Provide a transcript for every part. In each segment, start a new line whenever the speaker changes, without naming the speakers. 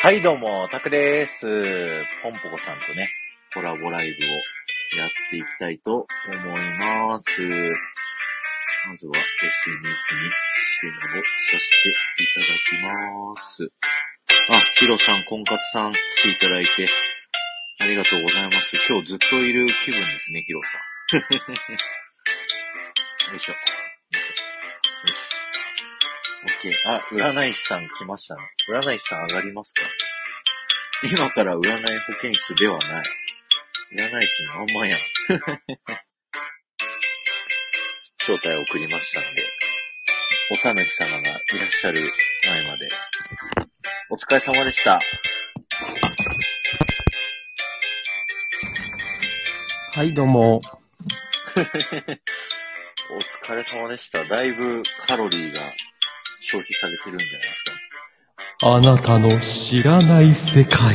はい、どうも、タクです。ポンポコさんとね、コラボライブをやっていきたいと思います。まずは SNS にシェアをさせていただきます。あ、ヒロさん、コンカツさん来ていただいて、ありがとうございます。今日ずっといる気分ですね、ヒロさ ん。よいしょ。よいしょ。よし。オッケー。あ、占い師さん来ましたね。占い師さん上がりますか今から占い保健室ではない。占い師のまんまやん。 招待を送りましたので、おためき様がいらっしゃる前まで。お疲れ様でした。
はい、どうも。
お疲れ様でした。だいぶカロリーが消費されてるんじゃないですか。
あなたの知らない世 界。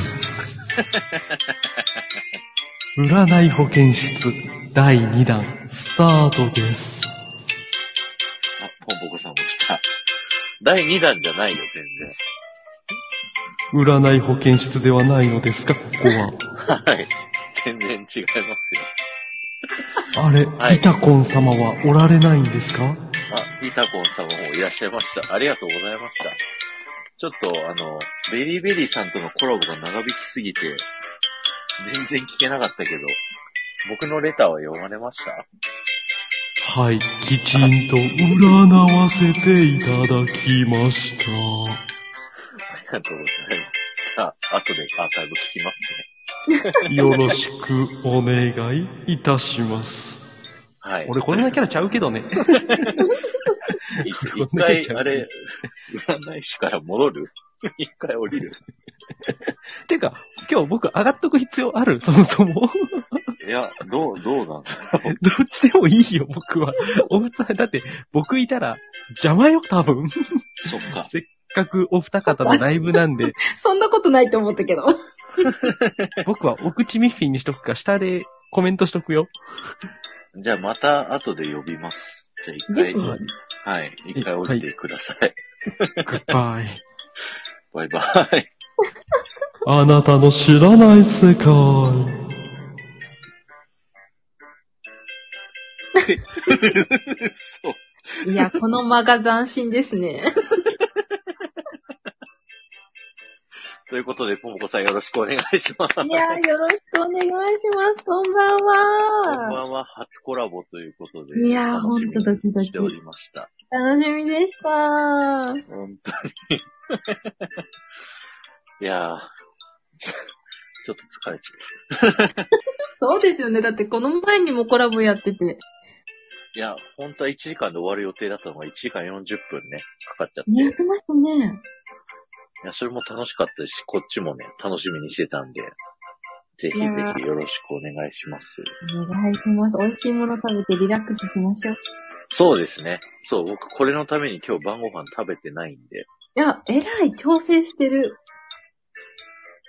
占い保健室第2弾スタートです。
あ、ポンポコさんも来た。第2弾じゃないよ、全然。
占い保健室ではないのですかここ
はい。全然違いますよ。
は。あれ、
はい
イタコン様はおられないんですか
あ、イタコン様もいらっしゃいました。ありがとうございました。ちょっと、あの、ベリーベリーさんとのコラボが長引きすぎて、全然聞けなかったけど、僕のレターは読まれました
はい、きちんと占わせていただきました。
ありがとうございます。じゃあ、後でアーカイブ聞きますね。
よろしくお願いいたします。
はい。
俺こんなキャラちゃうけどね。
い
こ
一
んな言っ
回
ちゃ、う
あれ、占い師から戻る 一回降りる
てか、今日僕上がっとく必要ある そもそも。
いや、どう、どうなんだろう。
どっちでもいいよ、僕は。 お二人、だって、僕いたら、邪魔よ、多分。せっ
そっか。
かくお二方のライブなん で、
そんなことないと思ったけど。
僕はお口ミッフィンにしとくか、下でコメントしとくよ。
じゃあ、また後で呼びます。じゃあ、一回
です、ね。
はい。一回降りてください。
グッバ イ。
バイバイ。
あなたの知らない世界。
そう。
いや、この間が斬新ですね。
ということで、ぽんぽこさんよろしくお願いします。
いや、よろしくお願いします。こんばん
こんば
は。
んは、初コラボということで。
いやー
楽しみに
ほんとドキドキ
しておりました。
楽しみでした。
本当に。いやー、ちょっと疲れちゃった。
そうですよね。だってこの前にもコラボやってて。
いや、本当は1時間で終わる予定だったのが1時間40分ね、かかっちゃって。
やってましたね。
いや、それも楽しかったし、こっちもね、楽しみにしてたんで、ぜひぜ
いやー
ひよろしくお願いします。
お願いします。美味しいもの食べてリラックスしましょう。
そうですね。そう、僕これのために今日晩ご飯食べてないんで、
いや、えらい調整してる。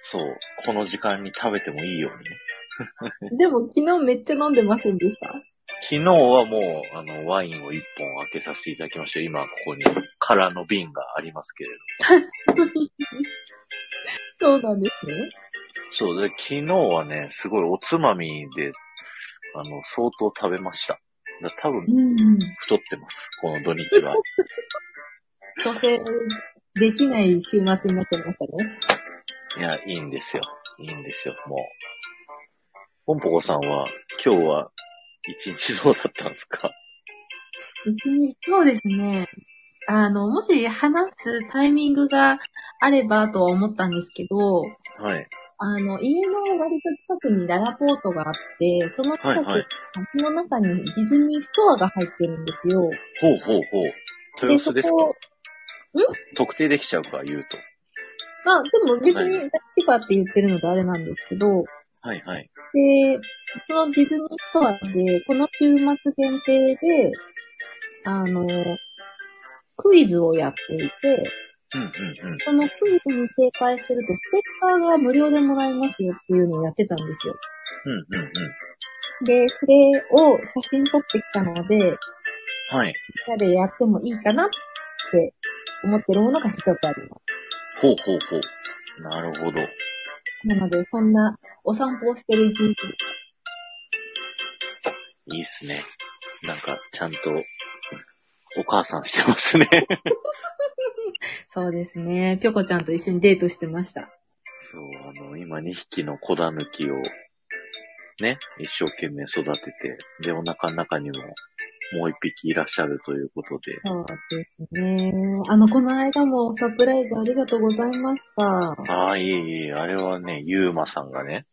そう、この時間に食べてもいいようにね。
でも昨日めっちゃ飲んでませんでした。
昨日はもう、あの、ワインを一本開けさせていただきました。今、ここに空の瓶がありますけれど。
そうなんですね。
そう、で、昨日はね、すごいおつまみで、あの、相当食べました。だ多分、
うん。
太ってます。この土日は。
調整できない週末になってましたね。
いや、いいんですよ。いいんですよ、もう。ポンポコさんは、今日は、一日どうだったんですか
一日、そうですね。あの、もし話すタイミングがあればとは思ったんですけど、
はい。
あの、家の割と近くにララポートがあって、その
は
近
い、
く、
はい。
橋の中にディズニーストアが入ってるんですよ。
ほうほうほう。豊洲ですか
そこ
特定できちゃうか、言うと。
まあ、でも別に千葉って言ってるのであれなんですけど、
はい、はい。
で、そのディズニーストアで、この週末限定で、あの、クイズをやっていて、
うん、うん、うん。
そのクイズに正解すると、ステッカーが無料でもらえますよっていうのをやってたんですよ。
うんうん
で、それを写真撮ってきたので、み
うん。はい。
んなでやってもいいかなって思ってるものが一つあります。
ほうほうほう。なるほど。
なので、そんなお散歩をしてる一日です
いいっすね。なんか、ちゃんと、お母さんしてますね。
そうですね。ぴょこちゃんと一緒にデートしてました。
そう、あの、今2匹の子だぬきを、ね、一生懸命育てて、で、お腹の中にも、もう1匹いらっしゃるということで、
そうですね。あの、この間もサプライズありがとうございました。
ああ、いえいえ、あれはね、ゆうまさんがね、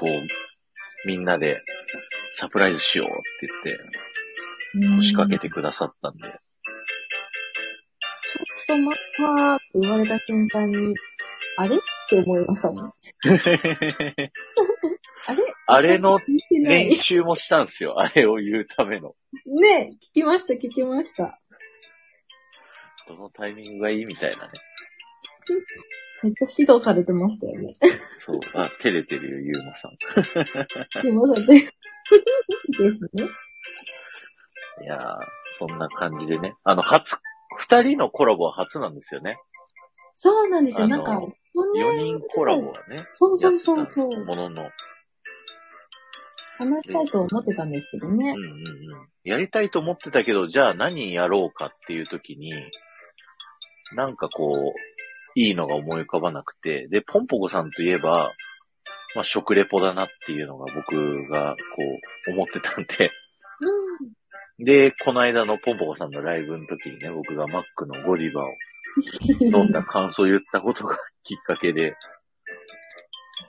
こう、みんなで、サプライズしようって言って、腰掛け
て。
てくださったんで、
ちょっと待ったって言われた瞬間に、あれって思いましたもん。あれ
あれの
私聞いてない
練習もしたんですよ、あれを言うための。
ね、聞きました、聞きました。
そのタイミングがいいみたいなね。
めっちゃ指導されてましたよね。
そう、あ、照れてるよ、ゆうまさん。
でも、そうですですね。
いやー、そんな感じでね。あの、初、二人のコラボは初なんですよね。
そうなんですよ。
あの
なんか、
四人コラボはね。
そうそうそうそう
やってたものの、
話したいと思ってたんですけどね
うん。うんうん。やりたいと思ってたけど、じゃあ何やろうかっていう時に、なんかこう、いいのが思い浮かばなくて、で、ポンポコさんといえば、まあ、食レポだなっていうのが僕が、こう、思ってたんで、
うん。
で、この間のポンポコさんのライブの時にね、僕がマックのゴディバを飲 んだ感想を言ったことがきっかけで、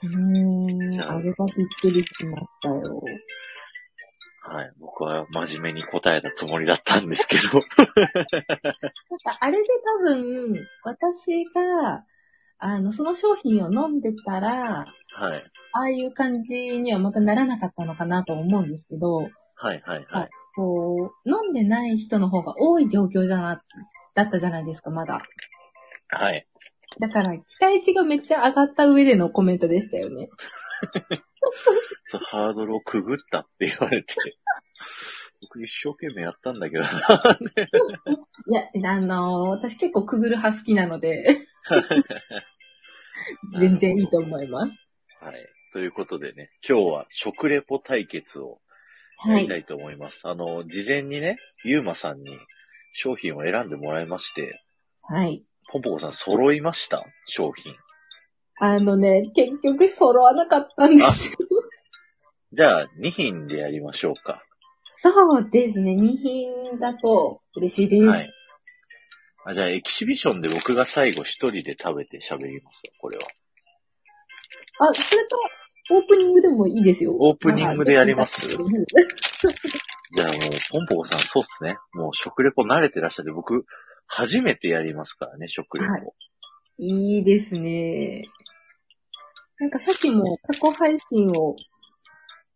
うー
じゃ
ん、
あ
あれはびっくりしましたよ。
はい、僕は真面目に答えたつもりだったんですけど、
なんかあれで多分、私が、あの、その商品を飲んでたら、
はい、
ああいう感じにはまたならなかったのかなと思うんですけど、
はい、はい、はい。
こう、飲んでない人の方が多い状況じゃな、だったじゃないですか、まだ。
はい。
だから、期待値がめっちゃ上がった上でのコメントでしたよね。
そう、ハードルをくぐったって言われて、 僕一生懸命やったんだけどな。
いや、あのー私結構くぐる派好きな ので、全然いいと思います。
はい。ということでね、今日は食レポ対決をや
は
り
い
た。いと思います。あの、事前にね、ゆうまさんに商品を選んでもらいまして、
はい。
ポンポコさん揃いました商品。
あのね、結局揃わなかったんですよ。
じゃあ、2品でやりましょうか。
そうですね。2品だと嬉しいです。
はい。あじゃあ、エキシビションで僕が最後一人で食べて喋りますよ、これは。
あ、それと、オープニングでもいいですよ。
オープニングでやります
なんか
じゃあもう、ポンポコさん、そうっすね。もう食レポ慣れてらっしゃって、僕、初めてやりますからね、食レポ。
はいいいですね。なんかさっきも過去配信を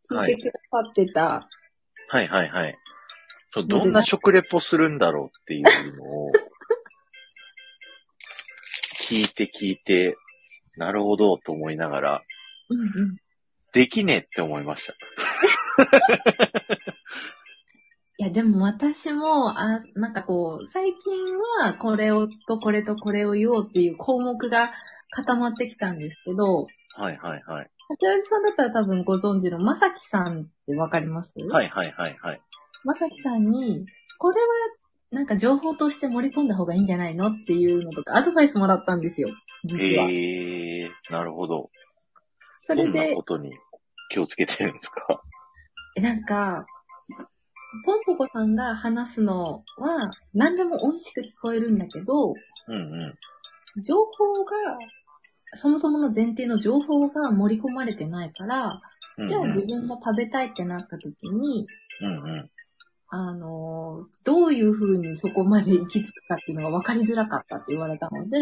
聞いてくださってた、
はい、はい、はい。そうどんな食レポするんだろうっていうのを、聞いて聞いて、なるほど、と思いながら、
うんうん。
できねえって思いました。
いや、でも私も、あ、なんかこう、最近はこれをとこれとこれを言おうっていう項目が固まってきたんですけど、
はい、はい、はい。
桜地さんだったら多分ご存知のまさきさんってわかります
はい、はい、はい、はい。
まさきさんに、これはなんか情報として盛り込んだ方がいいんじゃないのっていうのとかアドバイスもらったんですよ。実は。
ええー、なるほど。
それ
どんな
で
こ、とに気をつけてるんですか
なんか、ポンポコさんが話すのは何でも美味しく聞こえるんだけど、
うんうん。
情報が、そもそもの前提の情報が盛り込まれてないから、
うんうん
じゃあ自分が食べたいってなった時に、
うんうん。
あのー、どういう風にそこまで行き着くかっていうのが分かりづらかったって言われたので、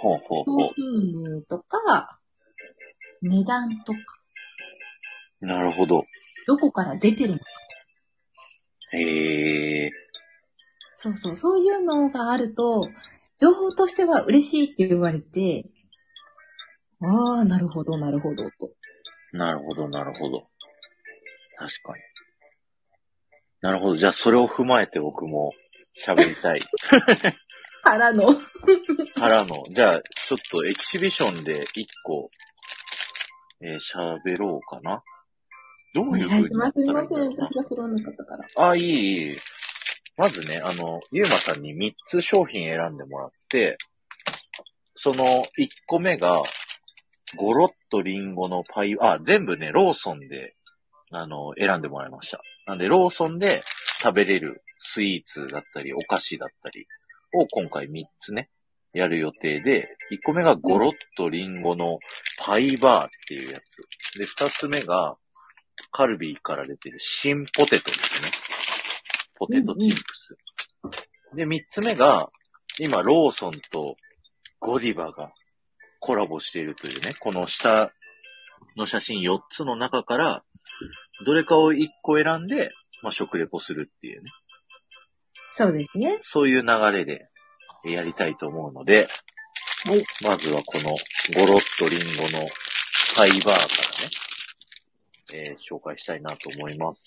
ほうほうほ
商品名とか、値段とか、
う。なるほど。
どこから出てるのか。
へえ。
そうそう、そういうのがあると、情報としては嬉しいって言われて、ああ、なるほど、なるほど、と。
なるほど、なるほど。確かに。 なるほど。じゃあ、それを踏まえて僕も喋りたい。
からの。
からの、じゃあ、ちょっとエキシビションで一個、えー喋ろうかな。ど
お
うい
願
う風
いし
にな
ま
っ
す。すみ
たらい
ま
いんだろう
せん。
な
私が揃わなかったから。
あ、いい、いい。まずね、あの、ゆうまさんに3つ商品選んでもらって、その1個目が、ゴロッとリンゴのパイ、あ、全部ね、ローソンで、あの、選んでもらいました。なんで、ローソンで食べれるスイーツだったり、お菓子だったりを今回3つね、やる予定で、1個目がゴロッとリンゴのパイバーっていうやつ。で、2つ目が、カルビーから出てる新ポテトですね。ポテトチップス。で、三つ目が、今、ローソンとゴディバがコラボしているというね、この下の写真4つの中から、どれかを1個選んで、まあ、食レポするっていうね、
そうですね。
そういう流れでやりたいと思うので、
はい
まずはこのゴロッとリンゴのパイバーからね、えー紹介したいなと思います。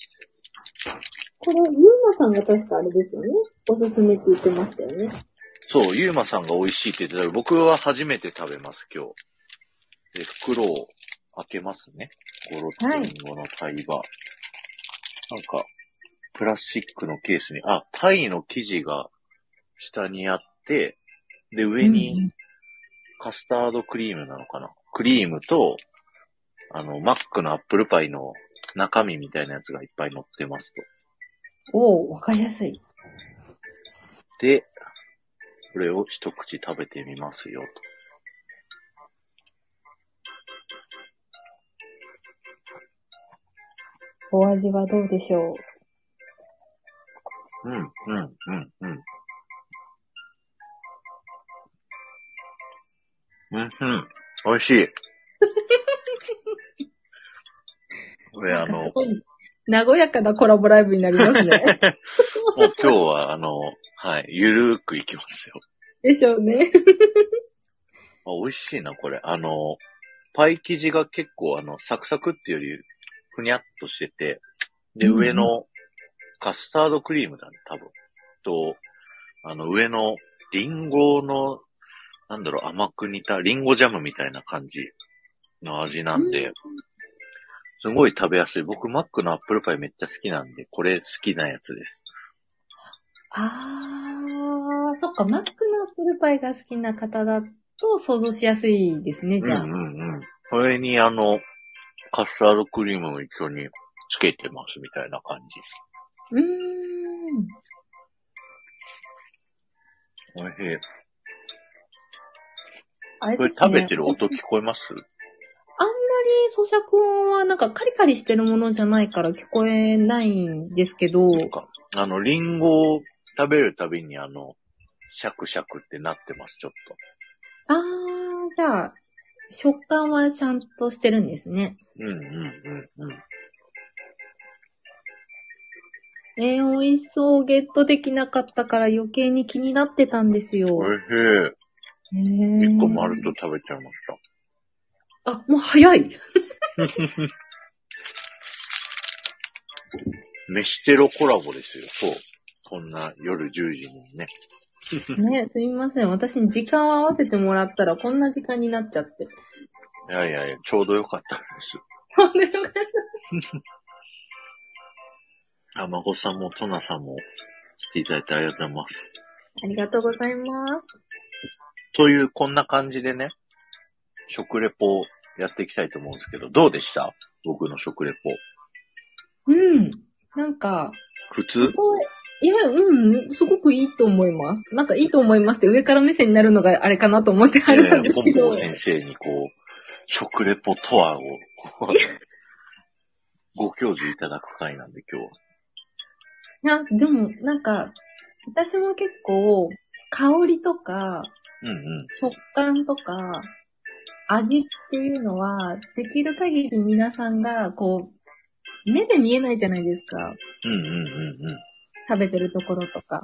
これ、ゆうまさんが確かあれですよね。おすすめって言ってましたよね。
そう、ゆうまさんが美味しいって言ってたけど、僕は初めて食べます、今日。で、袋を開けますね。ゴロッとリンゴのタイバー。なんか、プラスチックのケースに、あ、パイの生地が下にあって、で、上
うんう
に
ん
カスタードクリームなのかな。クリームと、あの、マックのアップルパイの中身みたいなやつがいっぱい乗ってますと。
おお、わかりやすい。
で、これを一口食べてみますよ、と。
お味はどうでしょう
うん、うん、うん、うん。うん、うん。美味し い。これ
な
あ
んか
の、
す
もう
ごい、和やかなコラボライブになります ね。
今日はあの、はい、ゆるーくいきますよ。
でしょうね。
あ、美味しいな、これ。あの、パイ生地が結構あの、サクサクっていうより、ふにゃっとしてて、で、
うんうん
上のカスタードクリームだね、多分。と、あの、上のリンゴの、なんだろう、甘く煮た、リンゴジャムみたいな感じの味なんで、すごい食べやすい。僕、マックのアップルパイめっちゃ好きなんで、これ好きなやつです。
あー、そっか、マックのアップルパイが好きな方だと想像しやすいですね、じゃあ。
うんうんうん。これにあの、カスタードクリームを一緒につけてますみたいな感じ。
うーん。
おいしい。
あれ
こ
で
れ
すね。
食べてる音
あんま
聞
り
こえます
咀嚼音はなんかカリカリしてるものじゃないから聞こえないんですけど、
なんか、あの、リンゴを食べるたびにあの、シャクシャクってなってます、ちょっと。
あー、じゃあ、食感はちゃんとしてるんですね。
うんうんうんうん。
えー、美味しそう。ゲットできなかったから余計に気になってたんですよ。
おいし
え
い。
ー
一個丸と食べちゃいました。
あ、もう 早い。
飯テロコラボですよ、そう。こんな夜10時にね。
ね、すみません。私に時間を合わせてもらったらこんな時間になっちゃって。
いやいやいや、ちょうどよかったです。あまこさんもトナさんも来ていただいてありがとうございます。
ありがとうございます。
という、こんな感じでね、食レポをやっていきたいと思うんですけど、どうでした僕の食レポ。
うん。なんか、
普通
こういや、うん、すごくいいと思います。なんかいいと思いますって上から目線になるのがあれかなと思ってあ
え
れなん
ー
です
ポ
け
ン
ど。
ポン先生にこう、食レポとはを、こう ご教授いただく回なんで今日は。
いや、でも、なんか、私も結構、香りとか、
うんうん。
食感とか、味っていうのは、できる限り皆さんが、こう、目で見えないじゃないですか。
うんうんうんうん。
食べてるところとか。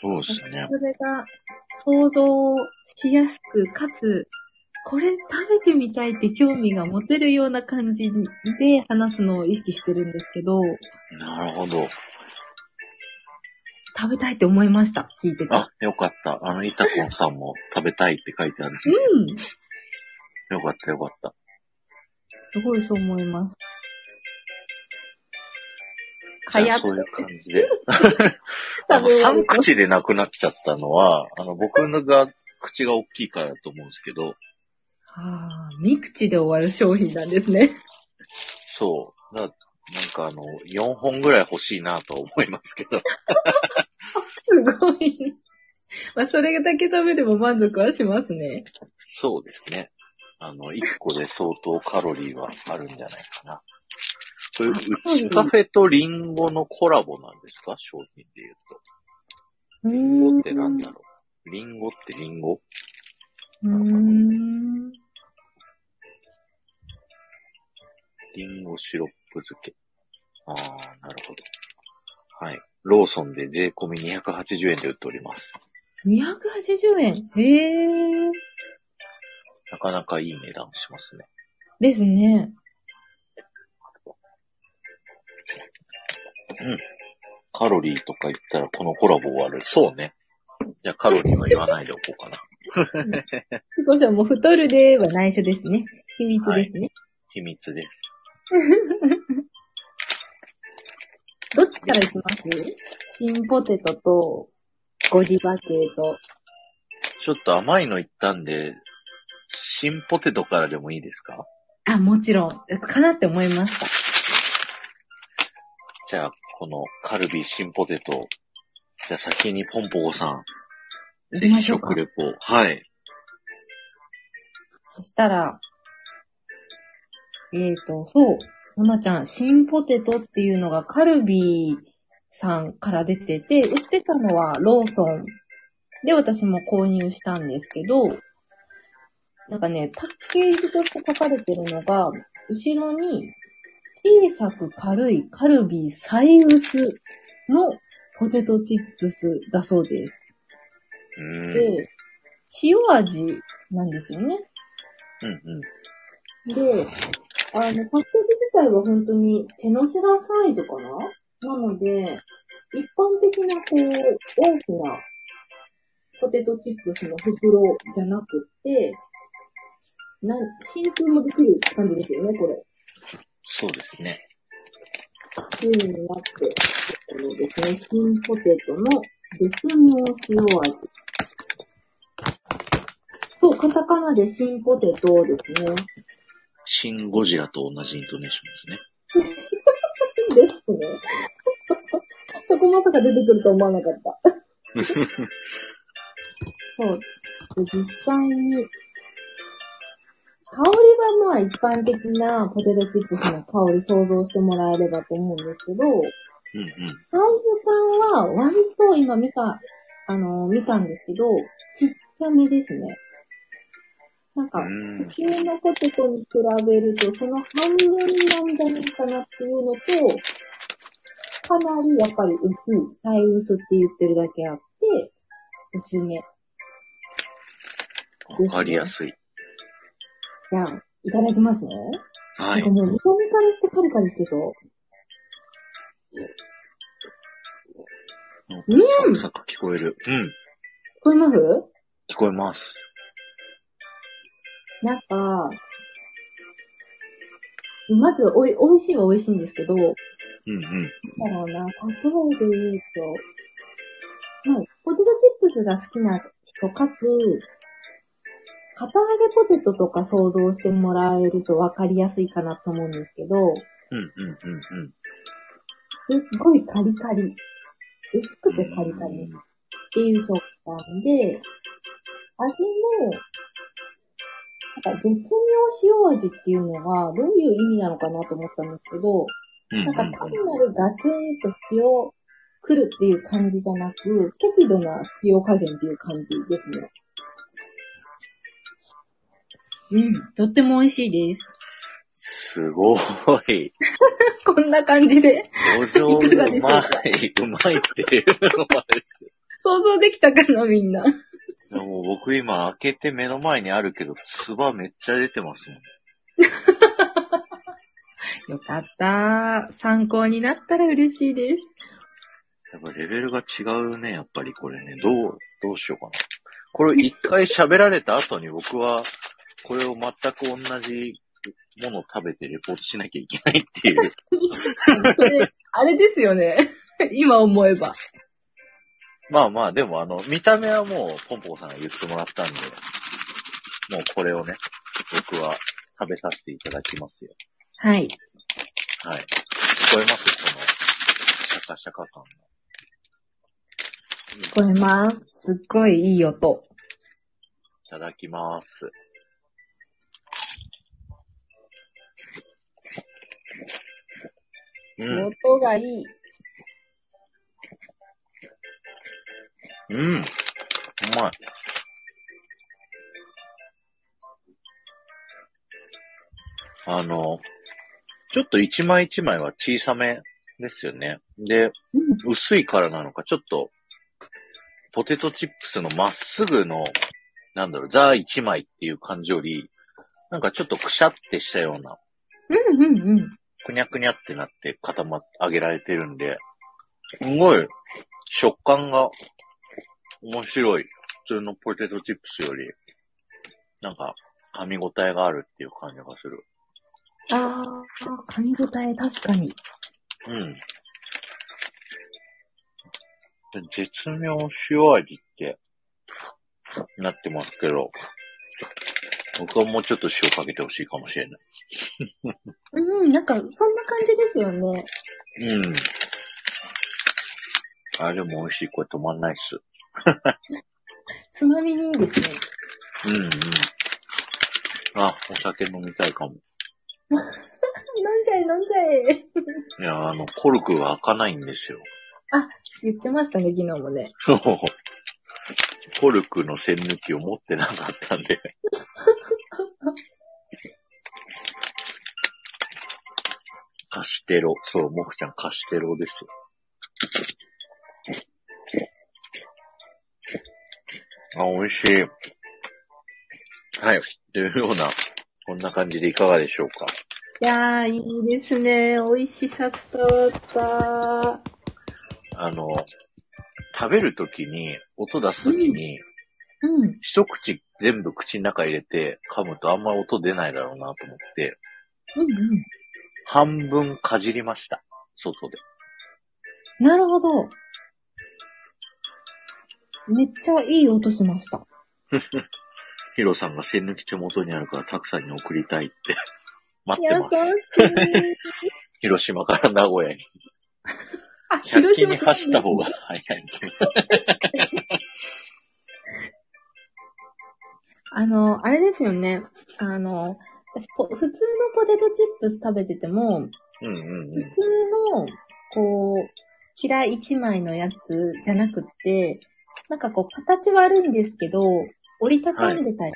そうですね。
それが想像しやすく、かつ、これ食べてみたいって興味が持てるような感じで話すのを意識してるんですけど、
なるほど。
食べたいって思いました。聞いてて。
あ、よかった。あの、イタコンさんも食べたいって書いてある。
うん。す
よかった、よかった。
ごいそう思います。かやっ
じゃあそ
と
ういう感じで。あの、
食べ終わる
3口でなくなっちゃったのは、あの、僕のが、口が大きいからだと思うんですけど、
ああ、三口で終わる商品なんですね。
そう。ななんかあの、4本ぐらい欲しいなとは思いますけど。
すごい。まあ、それだけ食べれば満足はしますね。
そうですね。あの、1個で相当カロリーはあるんじゃないかな。これ、うちカフェとリンゴのコラボなんですか商品で言うと。
う
リンゴってなんだろうリンゴってリンゴ
うーん。
リンゴシロップ漬け。ああ、なるほど。はい。ローソンで税込み280円で売っております。
280円。へえ。
なかなかいい値段しますね。
ですね。
カロリーとか言ったらこのコラボ終わる。そうね。じゃあカロリーは言わないでおこうかな。
ピコさんも太るでは内緒ですね。秘密ですね。
秘密です。
どっちからいきます新ポテトと、ゴディバ系と。
ちょっと甘いの言ったんで、新ポテトからでもいいですか
あ、もちろん。かなって思いました。
じゃあ、このカルビ新ポテト。じゃあ先にポンポコさん。
行
ぜ
きま
ひ
しょうか
食。レポを。はい。
そしたら、えーと、そう。ほなちゃん、新ポテトっていうのがカルビーさんから出てて、売ってたのはローソンで私も購入したんですけど、なんかね、パッケージとして書かれてるのが、後ろに小さく軽いカルビー最薄のポテトチップスだそうです。
うーん。うん
で、塩味なんですよね。
うん。
で、あの、パッケージ自体は本当に手のひらサイズかななので、一般的なこう、大きなポテトチップスの袋じゃなくて、なん、真空もできる感じですよね、これ。
そうですね。
風になって、このですね、新ポテトの絶妙塩味。そう、カタカナで新ポテトですね。
シンゴジラと同じイントネーションですね。
ですね。そこまさか出てくると思わなかった。そう。で実際に、香りはまあ一般的なポテトチップスの香り想像してもらえればと思うんですけど、
うんうん。
サイズ感は割と今見た、あのー見たんですけど、ちっちゃめですね。なんか、
う
普
ん
通のポテトに比べると、その半分なんじゃないかなっていうのと、かなりやっぱり薄い、最薄って言ってるだけあって、薄め。
わかりやすい。
じゃあ、いただきますね。
は
なん
い
か。もう見た目からしてカリカリしてそう。
サクサク聞こえる。うん。
聞こえます
聞こえます。
なんか、まずおい、美味しいは美味しいんですけど、なん
うんうん。
だろうな、例えで言うと、まあ、ポテトチップスが好きな人かつ、片揚げポテトとか想像してもらえると分かりやすいかなと思うんですけど、
うんうんうんうん。
すっごいカリカリ。薄くてカリカリ。っていう食感で、味も、なんか絶妙塩味っていうのがどういう意味なのかなと思ったんですけど、
うんうん
な
うん。
か単なんるガツンと塩来るっていう感じじゃなく、適度な塩加減っていう感じですね。うん、とっても美味しいです。
すごい。
こんな感じで、
お上手。
いか
う
がでしょう
ま
か
い。うまいっていうのもあれですけ
想像できたかな、みんな。
ど。でも僕今開けて目の前にあるけど、ツバめっちゃ出てますもん。
よかった。参考になったら嬉しいです。
やっぱレベルが違うね、やっぱりこれね。どう、どうしようかな。これ一回喋られた後に僕は、これを全く同じものを食べてレポートしなきゃいけないっていう。
確かにそれ、 あれですよね。 今思えば。
まあまあ、でもあの、見た目はもう、ポンポコさんが言ってもらったんで、もうこれをね、僕は食べさせていただきますよ。
はい。
はい。聞こえますこの、シャカシャカ感
こ
の。
れます。すっごいいい音。
いただきます。うん、
音がいい。
うん。うまい。あの、ちょっと一枚一枚は小さめですよね。で、
うん
薄いからなのか、ちょっと、ポテトチップスのまっすぐの、なんだろう、ザ一枚っていう感じより、なんかちょっとくしゃってしたような、
うんうんうん。
くにゃくにゃってなって固まっ、上げられてるんで、すごい、食感が、面白い。普通のポテトチップスより、なんか、噛み応えがあるっていう感じがする。
ああ、噛み応え確かに。
うん。絶妙塩味って、なってますけど、僕はもうちょっと塩かけてほしいかもしれない。
うん、なんか、そんな感じですよね。
うん。あ、でも美味しい。これ止まんないっす。
つまみにいいですね。
うんうん。あ、お酒飲みたいかも。
飲んじゃえ、飲んじゃえ。
いや、あの、コルクが開かないんですよ。
言ってましたね、昨日もね。
そう。コルクの栓抜きを持ってなかったんで。 カシテロ。そう、モフちゃんカシテロですよ。あ、美味しい。はい。というような、こんな感じでいかがでしょうか。
いやー、いいですね。美味しさ伝わった。
あの、食べるときに、音出すときに、
うん。
一口全部口の中入れて噛むとあんま音出ないだろうなと思って、
うんうん。
半分かじりました。外で。
なるほど。めっちゃいい音しました。
ヒロさんが栓抜き手元にあるからたくさんに送りたい って待って
優
ます。
しい。
広島から名古屋に。
あ、
100
広
均
島
に走った方が早いけど。
あの、あれですよね。あの、私、こ普通のポテトチップス食べてても、
うんうん
普
うん。
通の、こう、平一枚のやつじゃなくって、なんかこう、形はあるんですけど、折りたたんでたり、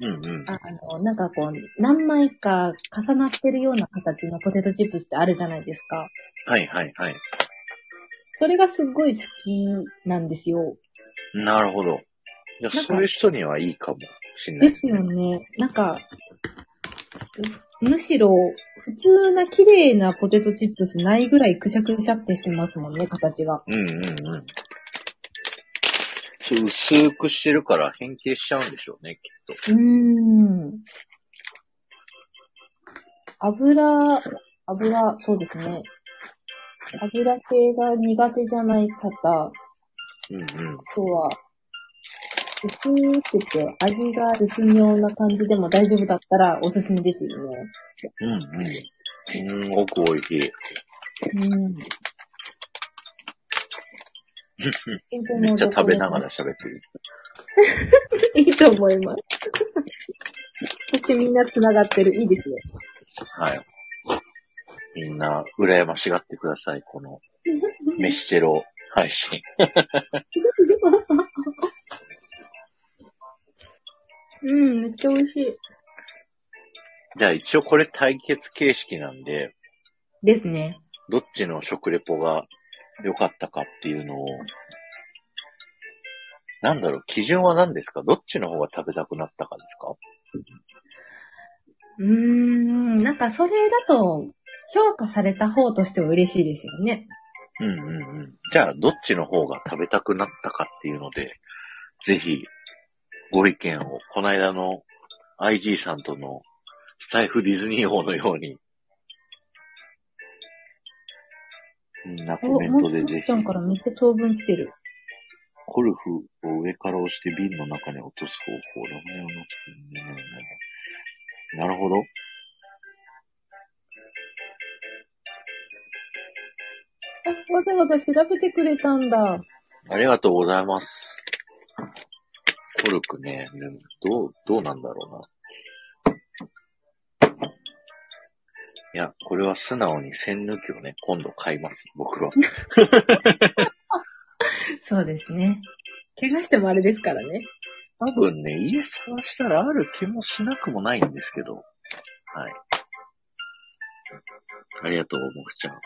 うんうん。
あの、なんかこう、何枚か重なってるような形のポテトチップスってあるじゃないですか。
はいはいはい。
それがすっごい好きなんですよ。
なるほど。いや、
なんか
そういう人にはいいかもしんない
ですよね。なんか、むむしろ、普通な綺麗なポテトチップスないぐらいくしゃくしゃってしてますもんね、形が。
うんうんうん。そう、薄くしてるから変形しちゃうんでしょうね、きっと。
うーん。油、油、そうですね。油系が苦手じゃない方、
うんうん。
あとは、薄くて味が絶妙な感じでも大丈夫だったらおすすめですよね。
うんうん。うん、ごく美味しい。
うん。
めっちゃ食べながら喋ってる。
いいと思います。そしてみんな繋がってる。いいですね。
はい。みんな、羨ましがってください、この、飯テロ配信。
うん、めっちゃ美味しい。
じゃあ一応これ対決形式なんで、
ですね。
どっちの食レポが良かったかっていうのを、なんだろう、基準は何ですかどっちの方が食べたくなったかですか
うーん、なんかそれだと評価された方としては嬉しいですよね。
うんうんうん。じゃあ、どっちの方が食べたくなったかっていうので、ぜひ、ご意見を、この間の IG さんとのスタイフディズニー王のように、みんなコ
お、
メン
も
トで
う、
ぜ
ち
ひ
ゃ、んからめっちゃ長文来てる。
ゴルフを上から押して瓶の中に落とす方法、ラムネを乗せてなるほど。
あ、わざわざ調べてくれたんだ。
ありがとうございます。コルクね、でもどう、どうなんだろうな。いや、これは素直に栓抜きをね、今度買います、僕は。
そうですね。怪我してもあれですからね。
多分ね、家探したらある気もしなくもないんですけど。はい。ありがとう、もふちゃん。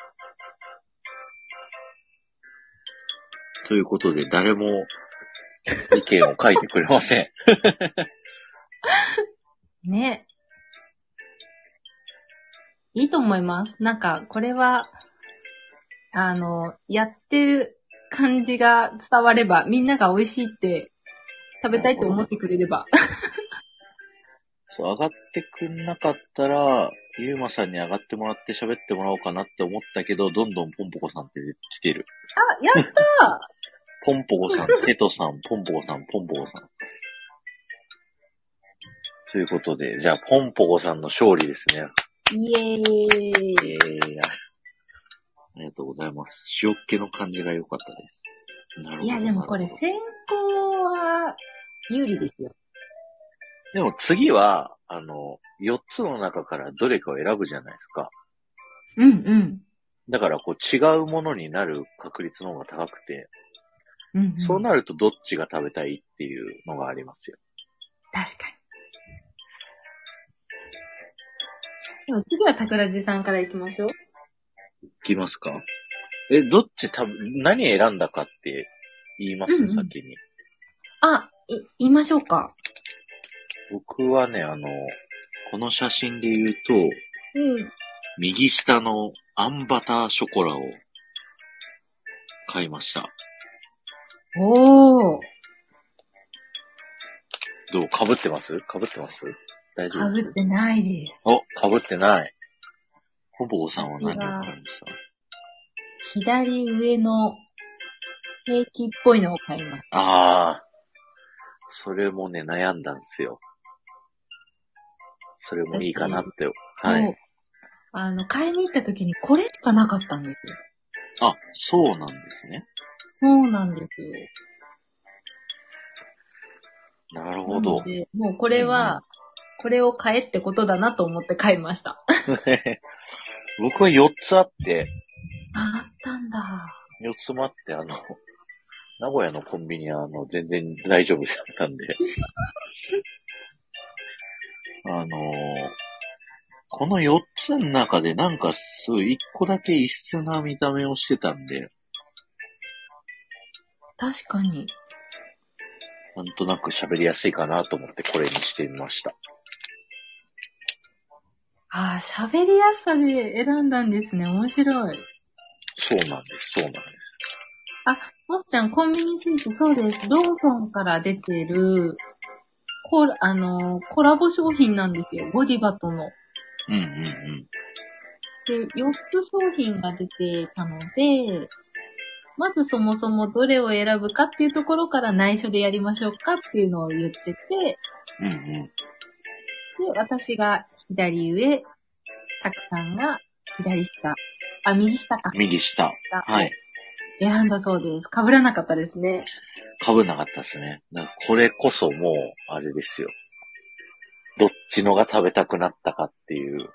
ということで、誰も意見を書いてくれません。
ね。いいと思います。なんか、これは、あの、やってる感じが伝われば、みんなが美味しいって、食べたいと思ってくれれば。
そう、上がってくんなかったら、ゆうまさんに上がってもらって喋ってもらおうかなって思ったけど、どんどんポンポコさんって来てる。
あ、やった
ポンポコさん、テトさん、ポンポコさん、ポンポコさん。ということで、じゃあ、ポンポコさんの勝利ですね。
イエー
え
イ。
ー、ありがとうございます。塩っ気の感じが良かったです。なるほど。
いや、でもこれ、
なるほ
先行は、有利ですよ。
どでも次は、あの、4つの中からどれかを選ぶじゃないですか。
うんうん。
だから、こう、違うものになる確率の方が高くて、
うん、うん。
そうなるとどっちが食べたいっていうのがありますよ。
確かに。でも次は桜地さんから行きましょう。
いきますかえ、どっち食べ、何選んだかって言います、
うんうん
先に。
あ、い、言いましょうか。
僕はね、あの、この写真で言うと、
うん。
右下のあんバターショコラを買いました。
おー。
どう被ってます被ってます大丈
か
夫
ぶってないです。
お、被ってない。ほぼおさんは何を買いました
左上の平気っぽいのを買います。
ああ。それもね、悩んだんですよ。それもいいかなって。はい。
そう。あの、買いに行った時にこれしかなかったんですよ。
あ、そうなんですね。
そうなんですよ。
なる
な
ほど
の。で、もうこれ
うんう
は、これを買えってことだなと思って買いました。
僕は4つあって、
ああったんだ。
4つもあって、あの、名古屋のコンビニは、あの、全然大丈夫だったんで。 あのーこの4つの中で、なんか、すごい1個だけ異質な見た目をしてたんで、
確かに。
なんとなく喋りやすいかなと思ってこれにしてみました。
ああ、喋りやすさで選んだんですね。面白い。
そうなんです、そうなんです。
もっちゃん、コンビニスイーツ、そうです。ローソンから出てる、コラ、あのーコラボ商品なんですよ。ゴディバとの。
うんうん
で、4つ商品が出てたので、まずそもそもどれを選ぶかっていうところから内緒でやりましょうかっていうのを言ってて、
うん。うんうん。
で、私が左上、たくさんが左下、あ、右下か。
右下。はい。
選んだそうです。被らなかったですね。
被んなかったですね。なんかこれこそもう、あれですよ。どっちのが食べたくなったかっていう。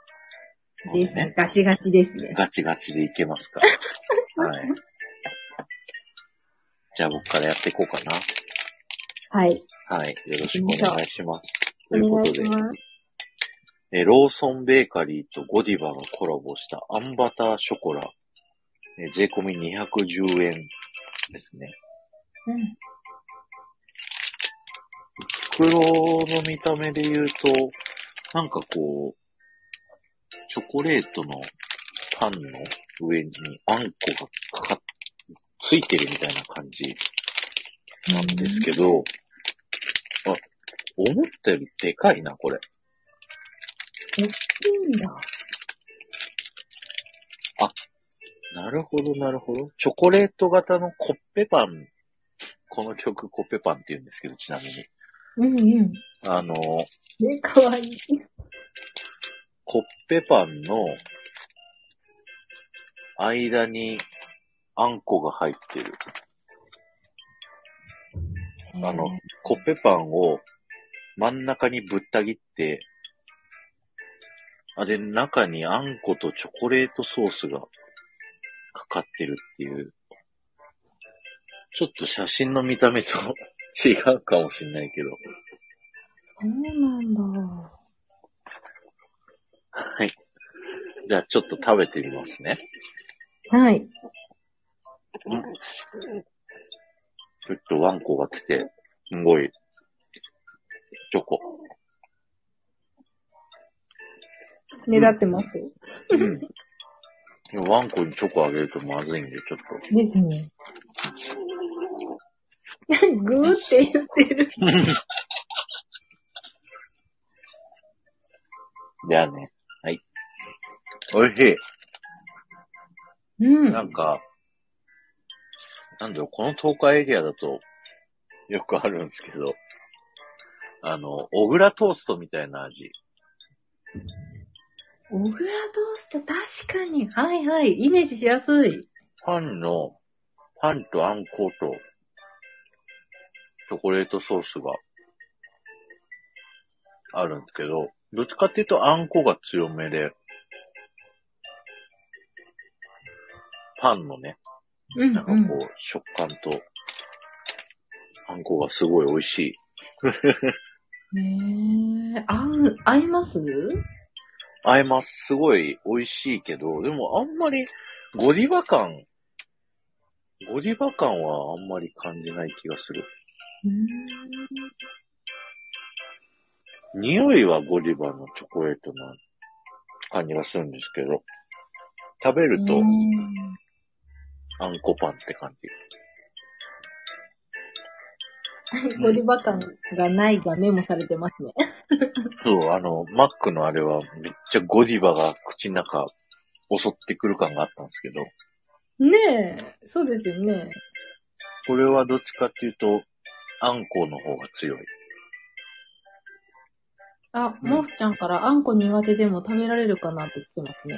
ですね。。ガチガチですね。
ガチガチでいけますから。 はい。じゃあ僕からやっていこうか
はい。
な。はい。よろしくお願いします。と
お
いうこ
願い
と
し
で
ます。
え、ローソンベーカリーとゴディバがコラボしたアンバターショコラ。え税込み210円ですね。
うん。
袋の見た目で言うと、なんかこう、チョコレートのパンの上にあんこがかかっついてるみたいな感じなんですけど、あ、思ったよりでかいな、これ。
いいんだ。
なるほど、なるほど。チョコレート型のコッペパン。この曲コッペパンって言うんですけど、ちなみに。
うんうん。
あの、
え、かわいい。
コッペパンの間にあんこが入ってる。あの、コッペパンを真ん中にぶった切って、あ、で、中にあんことチョコレートソースがかかってるっていう。ちょっと写真の見た目と 違うかもしんないけど。
そうなんだ。
はい。じゃあちょっと食べてみますね。
はい。
ちょっとワンコが来て、すごい、チョコ。
ねだってます。
うん。でもワンコにチョコあげるとまずいんで、ちょっと。
ですね。グーって言ってる。
じゃあね。はい。おいし
う
い。なんか、なんだろう、この東海エリアだと、よくあるんですけど、あの、小倉トーストみたいな味。
小倉トースト確かに。はいはい。イメージしやすい。
パンの、パンとあんこと、チョコレートソースが、あるんですけど、どっちかっていうとあんこが強めで、パンのね、
うん
なんかこう、食感と、あんこがすごい美味しい。
うん。へえ。合う、合います
合います。すごい美味しいけど、でもあんまりゴディバ感、ゴディバ感はあんまり感じない気がする。
うん。
匂いはゴディバのチョコレートな感じがするんですけど、食べるとあんこパンって感じ。
ゴディバ感がないがメモされてますね。
そう、あの、マックのあれはめっちゃゴディバが口の中襲ってくる感があったんですけど、
ねえ。そうですよね。
これはどっちかっていうと、あんこの方が強い。
あ、
うん
モフちゃんからあんこ苦手でも食べられるかなって来てますね。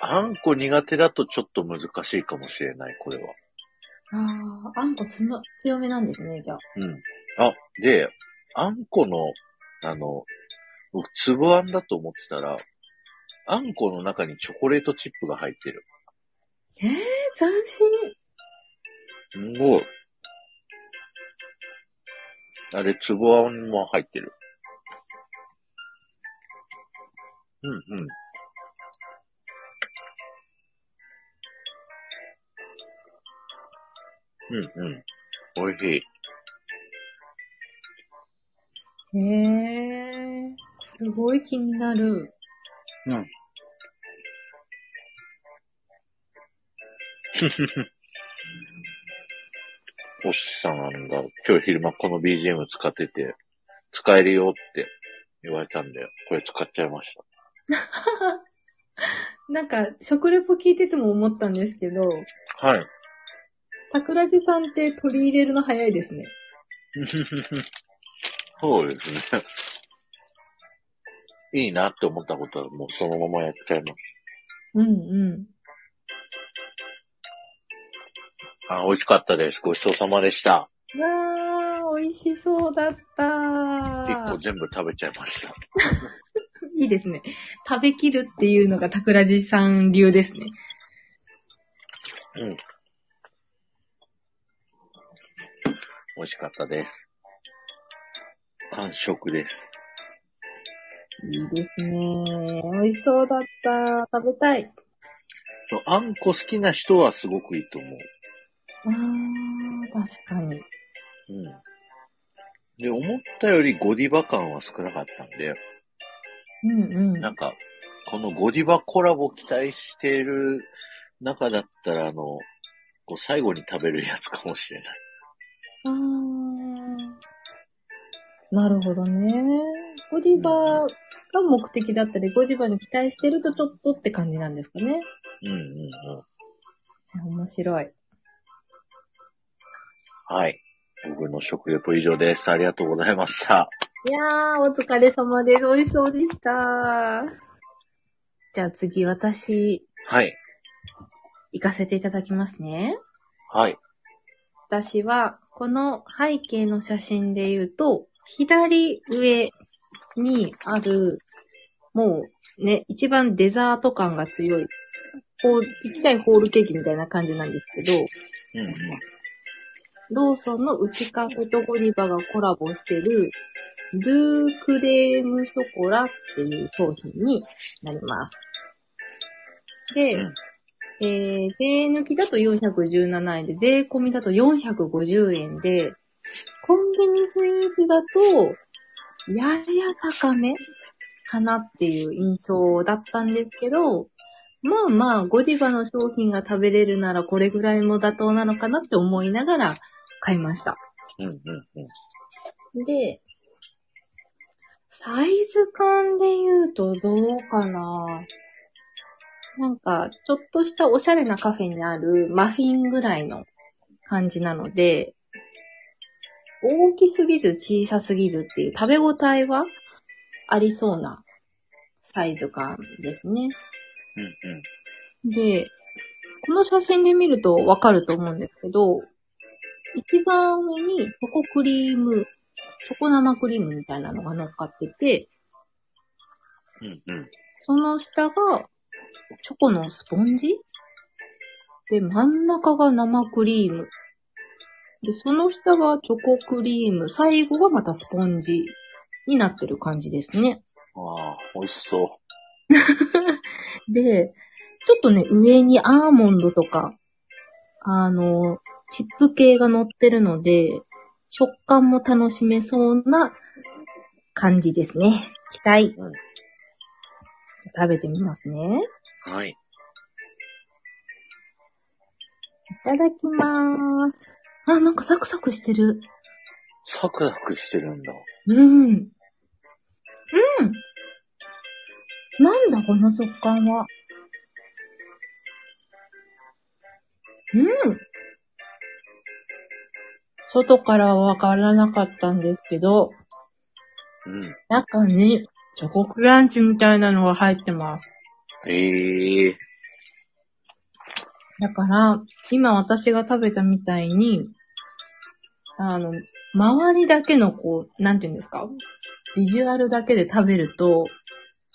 あんこ苦手だとちょっと難しいかもしれない、これは。
ああ、あんこつま、強めなんですね、じゃあ。
うん。あ、で、あんこの、あの、僕、粒あんだと思ってたら、あんこの中にチョコレートチップが入ってる。
え、斬新
すごい。あれ、粒あんも入ってる。うんうん。うんうん。おいしい。
へえ、すごい気になる。
星さんが今日昼間この BGM 使ってて、使えるよって言われたんで、これ使っちゃいました。
なんか、食レポ聞いてても思ったんですけど、
はい。
桜地さんって取り入れるの早いですね。
そうですね。いいなって思ったことはもうそのままやっちゃいます。
うんう
あ、美味しかったです。ごちそうさまでした。
ん。わー、美味しそうだった
一個全部食べちゃいました。
いいですね。食べきるっていうのが桜地さん流ですね。
美味しかったです。完食です。
いいですね。美味しそうだった。食べたい。
そうあんこ好きな人はすごくいいと思う。
あー、確かに。
うん。で、思ったよりゴディバ感は少なかったんで、
うんうん。
なんか、このゴディバコラボ期待してる中だったら、あの、構最後に食べるやつかもしれない。
あー。なるほどね。ゴディバが目的だったり、ゴディバに期待してるとちょっとって感じなんですかね。
うんうんうん。
面白い。
はい。僕の食レポ以上です。ありがとうございました。
いやー、お疲れ様です。美味しそうでした。じゃあ次、私、
はい。
行かせていただきますね。
はい。
私は、この背景の写真で言うと、左上にある、もうね、一番デザート感が強い、ホール、ちっちゃいホールケーキみたいな感じなんですけど、
うんうん。
ローソンのうちカフェとゴディバがコラボしてる、ドゥークレームショコラっていう商品になります。で、
うん
えー、税抜きだと417円で、税込みだと450円で、コンビニスイーツだと、やや高めかなっていう印象だったんですけど、まあまあ、ゴディバの商品が食べれるならこれぐらいも妥当なのかなって思いながら買いました。
うんうんうん。
で、サイズ感で言うとどうかななんか、ちょっとしたおしゃれなカフェにあるマフィンぐらいの感じなので、大きすぎず小さすぎずっていう食べ応えはありそうなサイズ感ですね。
うんうん。
で、この写真で見るとわかると思うんですけど、一番上にチョコクリーム、チョコ生クリームみたいなのが乗っかってて、
うんうん。
その下がチョコのスポンジで、真ん中が生クリーム。で、その下がチョコクリーム、最後がまたスポンジになってる感じですね。
ああ、美味しそ
で、ちょっとね、上にアーモンドとか、あの、チップ系が乗ってるので、食感も楽しめそうな感じですね。期待。
うん
食べてみますね。
う。はい。
いただきまーす。あ、なんかサクサクしてる。
サクサクしてるんだ。
うん。うん。なんだ、この食感は。うん。外からはわからなかったんですけど、
うん。
中にチョコクランチみたいなのが入ってます。
ええ
だから、今私が食べたみたいに、あの、周りだけのこう、なんていうんですかビジュアルだけで食べると、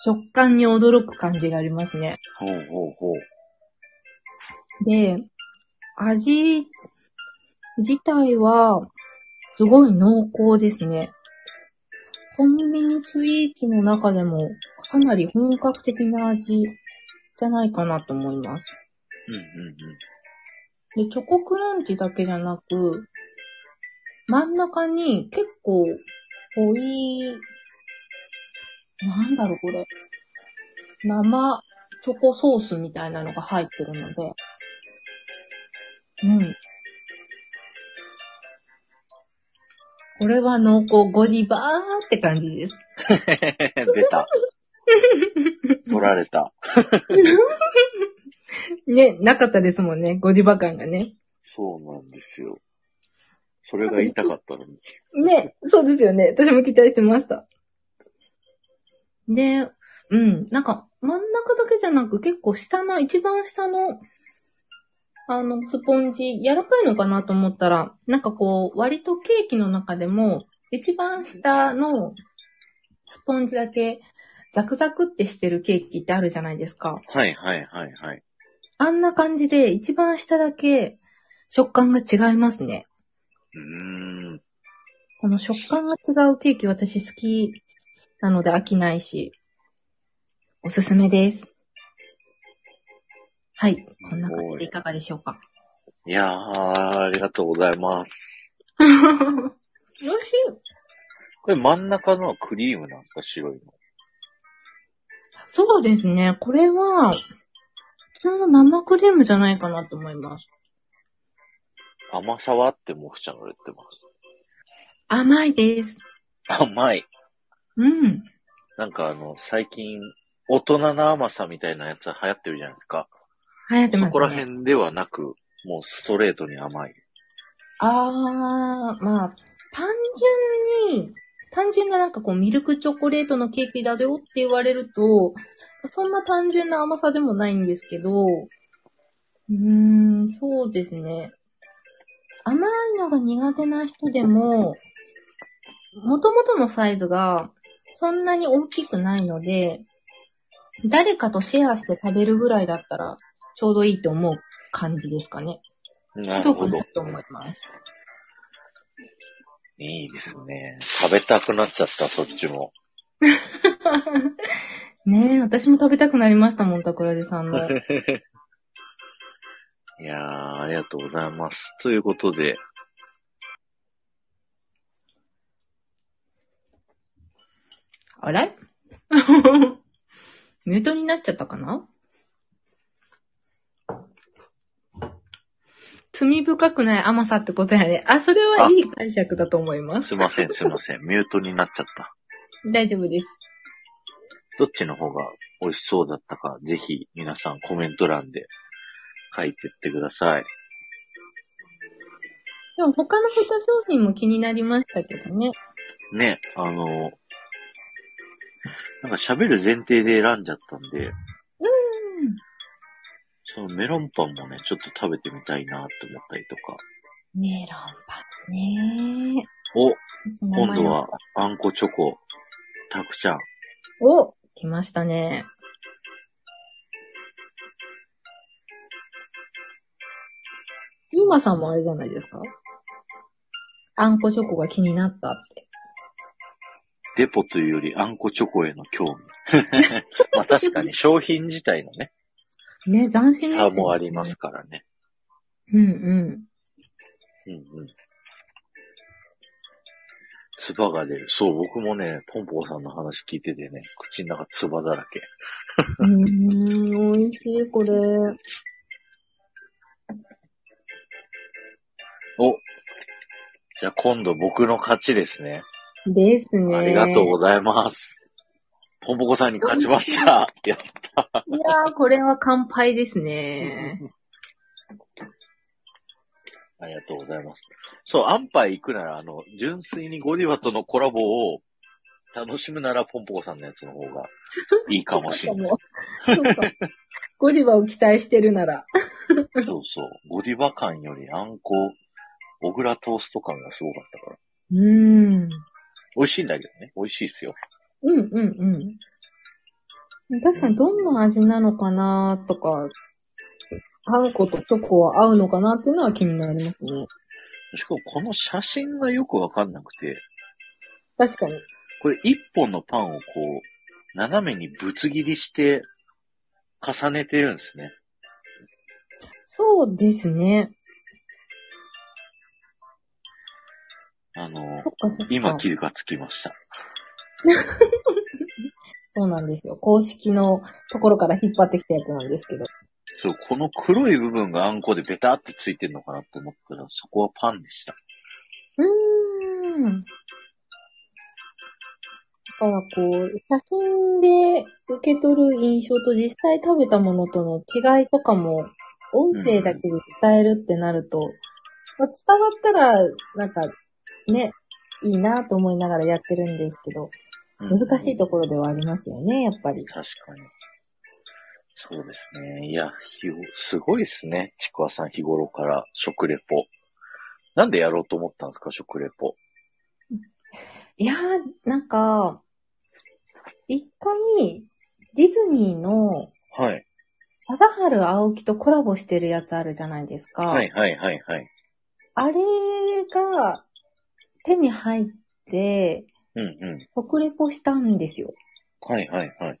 食感に驚く感じがありますね。
ほうほうほう。
で、味自体は、すごい濃厚ですね。コンビニスイーツの中でも、かなり本格的な味じゃないかなと思います。
うんうんうん。
で、チョコクランチだけじゃなく、真ん中に結構濃い、なんだろうこれ、生チョコソースみたいなのが入ってるので、うん。これは濃厚ゴディバーって感じです。
出た。取られた。
ね、なかったですもんね、ゴディバ感がね。
そうなんですよ。それが言いたかったのに。
ね、そうですよね。私も期待してました。で、うん、なんか、真ん中だけじゃなく、結構下の、一番下の、あの、スポンジ、柔らかいのかなと思ったら、なんかこう、割とケーキの中でも、一番下のスポンジだけ、ザクザクってしてるケーキってあるじゃないですか。
はいはいはいはい。
あんな感じで、一番下だけ、食感が違いますね。
うーん。
この食感が違うケーキ私好きなので飽きないし、おすすめです。はい。こんな感じでいかがでしょうか。
いやー、ありがとうございます。
美味しい。
これ真ん中のはクリームなんですか白いの。
そうですね。これは、普通の生クリームじゃないかなと思います。
甘さはってもふちゃんが言ってます。
甘いです。
甘い。
うん。
なんかあの、最近、大人の甘さみたいなやつ流行ってるじゃないですか。
流行ってま
そ
す、ね。
こら辺ではなく、もうストレートに甘い。
あー、まあ、単純に、単純ななんかこうミルクチョコレートのケーキだよって言われると、そんな単純な甘さでもないんですけど、うーん、そうですね。甘いのが苦手な人でも、元々のサイズがそんなに大きくないので、誰かとシェアして食べるぐらいだったらちょうどいいと思う感じですかね。
なるほど
く。ないと思います。
いいですね。食べたくなっちゃった、そっちも。
ねえ、私も食べたくなりましたもん、桜地さんの。
いやー、ありがとうございます。ということで、
あ れミュートになっちゃったかな罪深くない甘さってことやね。あ、それはいい解釈だと思います。
すいません、すいません。ミュートになっちゃった。
大丈夫です。
どっちの方が美味しそうだったか、ぜひ皆さんコメント欄で書いてってください。
でも他の2商品も気になりましたけどね。
ね、あの、なんか喋る前提で選んじゃったんで、そのメロンパンもね、ちょっと食べてみたいなって思ったりとか。
うん。メロンパンね
お、
私も
今度
迷っ
はあんこチョコ、たくちゃん。
た。お来ましたね。ゆうまさんもあれじゃないですかあんこチョコが気になったって。
デポというよりあんこチョコへの興味。 まあ確かに商品自体のね、
ね、斬新ですよ
差
ね。
もあります。からね。
うんうん。
うんうん。唾が出る。そう、僕もね、ポンポコさんの話聞いててね、口の中唾だらけ。
うーん、美味しい、これ。
おじゃあ今度僕の勝ちですね。
ですね。
ありがとうございます。ポンポコさんに勝ちました。いや、
いやー、これは乾杯ですね。
ありがとうございます。そう、アンパイ行くなら、あの、純粋にゴディバとのコラボを楽しむならポンポコさんのやつの方がいいかもしれない。
そうかも。そうかもゴディバを期待してるなら。
そうそう。ゴディバ感よりあんこ、小倉トースト感がすごかったから。
うーん。
美味しいんだけどね。美味しいですよ。
うんうんうん。確かにどんな味なのかなとか、あんことチョコは合うのかなっていうのは気になりますね。
しかもこの写真がよくわかんなくて、
確かに。
これ一本のパンをこう、斜めにぶつ切りして、重ねてるんですね。
そうですね。
あの、
そっかそっか。
今気がつきました。
そうなんですよ。公式のところから引っ張ってきたやつなんですけど。
そう、この黒い部分があんこでベタってついてるのかなと思ったら、そこはパンでした。
うーん。だからこう、写真で受け取る印象と実際食べたものとの違いとかも、音声だけで伝えるってなると、まあ伝わったら、なんか、ね、いいなと思いながらやってるんですけど、
うん
難しいところではありますよね、やっぱり。
確かに。そうですね。いや、ひごすごいですね。ちくわさん日頃から食レポ。なんでやろうと思ったんですか、食レポ。
いやー、なんか、一回、ディズニーの、
はい。
貞治青木とコラボしてるやつあるじゃないですか。
はいはいはいはい。
あれが手に入って、
うんうん。
食レポしたんですよ。
はいはいはい。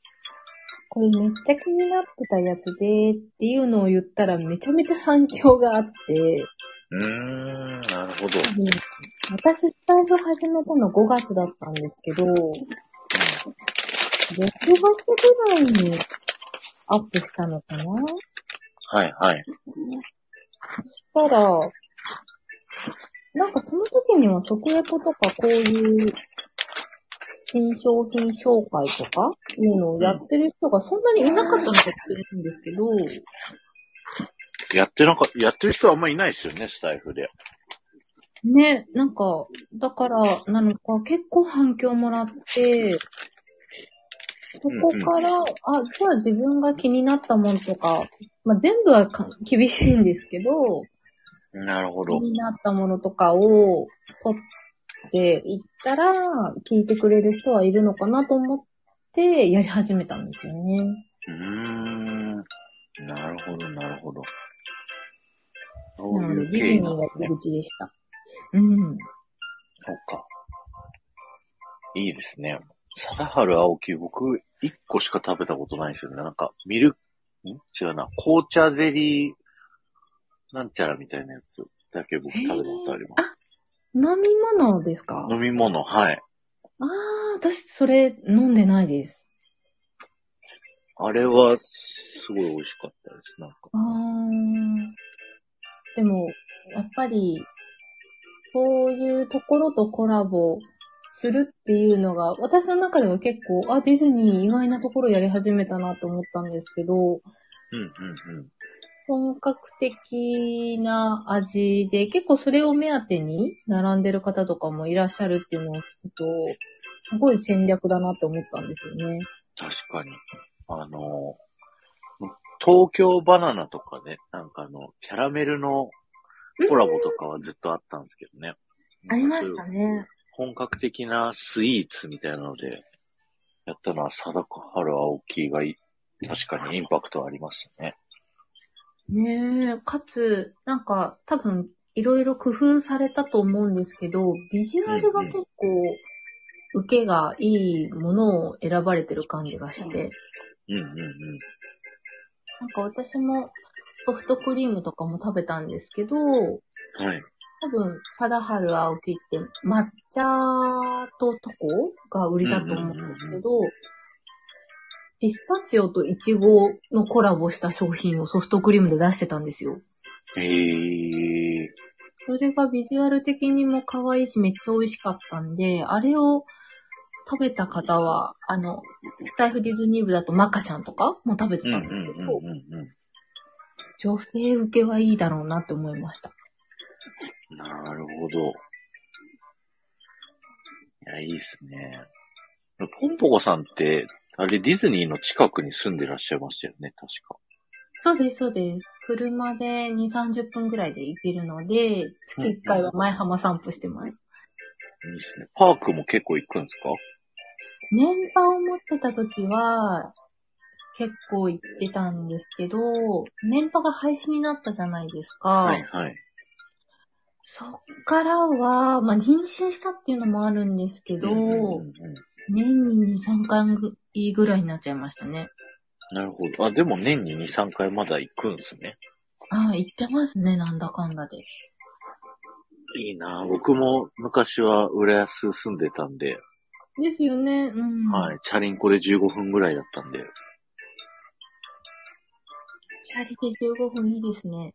これめっちゃ気になってたやつでっていうのを言ったらめちゃめちゃ反響があって、
うーん、なるほど。
多分私スタイル始めたの5月だったんですけど、6月ぐらいにアップしたのかな
はいはい。
そしたら、なんかその時には食レポとかこういう新商品紹介とかいうのをやってる人がそんなにいなかったのかってるんですけど、
やってなんか、やってる人はあんまいないですよね、スタイフで。
ね、なんか、だから、なのか、結構反響もらって、そこから、あ、じゃあ自分が気になったものとか、まあ、全部はか厳しいんですけど、
なるほ
気。になったものとかを取っていったら、聞いてくれる人はいるのかなと思って、やり始めたんですよね。
うーん。なるほど、なるほど。そう
なの
い
で、
う
ディ
経
ズニ
緯
ー
なん
が
ですね
入り。口でした。うん。
そうか。いいですね。貞治青木、僕、一個しか食べたことないんですよね。なんか、ミルク、ん違うな、紅茶ゼリー、なんちゃらみたいなやつだけ僕食べたことあります。
飲み物ですか
飲み物、はい。
ああ、私それ飲んでないです。
あれは、すごい美味しかったです。なんか。
あーでも、やっぱり、そういうところとコラボするっていうのが、私の中では結構、あ、ディズニー意外なところやり始めたなと思ったんですけど、
うんうんうん。
本格的な味で、結構それを目当てに並んでる方とかもいらっしゃるっていうのを聞くと、すごい戦略だなって思ったんですよね。
確かに。あの、東京バナナとかね、なんかあの、キャラメルのコラボとかはずっとあったんですけどね。
ありましたね。
本格的なスイーツみたいなので、やったのは、貞子春青木がい、確かにインパクトありましたね。
ねえ、かつ、なんか、多分、いろいろ工夫されたと思うんですけど、ビジュアルが結構、受けがいいものを選ばれてる感じがして、
うんうんうん。
なんか私もソフトクリームとかも食べたんですけど、
はい。
多分、貞治青木って抹茶とチョコが売りだと思うんですけど、ピスタチオとイチゴのコラボした商品をソフトクリームで出してたんですよ。
へえ
それがビジュアル的にも可愛いし、めっちゃ美味しかったんで、あれを食べた方は、あの、スタイフディズニー部だとマカシャンとかも食べて
うんう
た
ん
んですけど、
うんうんう
女性受けはいいだろうなって思いました。
ん。なるほど。いや、いいっすね。ポンポコさんって、あれディズニーの近くに住んでらっしゃいましたよね、確か。
そうです、そうです。車で2、30分ぐらいで行けるので、月1回は前浜散歩してます。
いいっすね。パークも結構行くんですか
年波を持ってた時は、結構行ってたんですけど、年波が廃止になったじゃないですか。
はいはい。
そっからは、まあ、妊娠したっていうのもあるんですけど、
うんうんうんうん
年に2、3回ぐらいになっちゃいましたね。
なるほど。あ、でも年に2、3回まだ行くんですね。
ああ、行ってますね、なんだかんだで。
いいなぁ僕も昔は浦安住んでたんで、
ですよね、うん。
はい、チャリンコで15分ぐらいだったんで、
チャリで15分いいですね。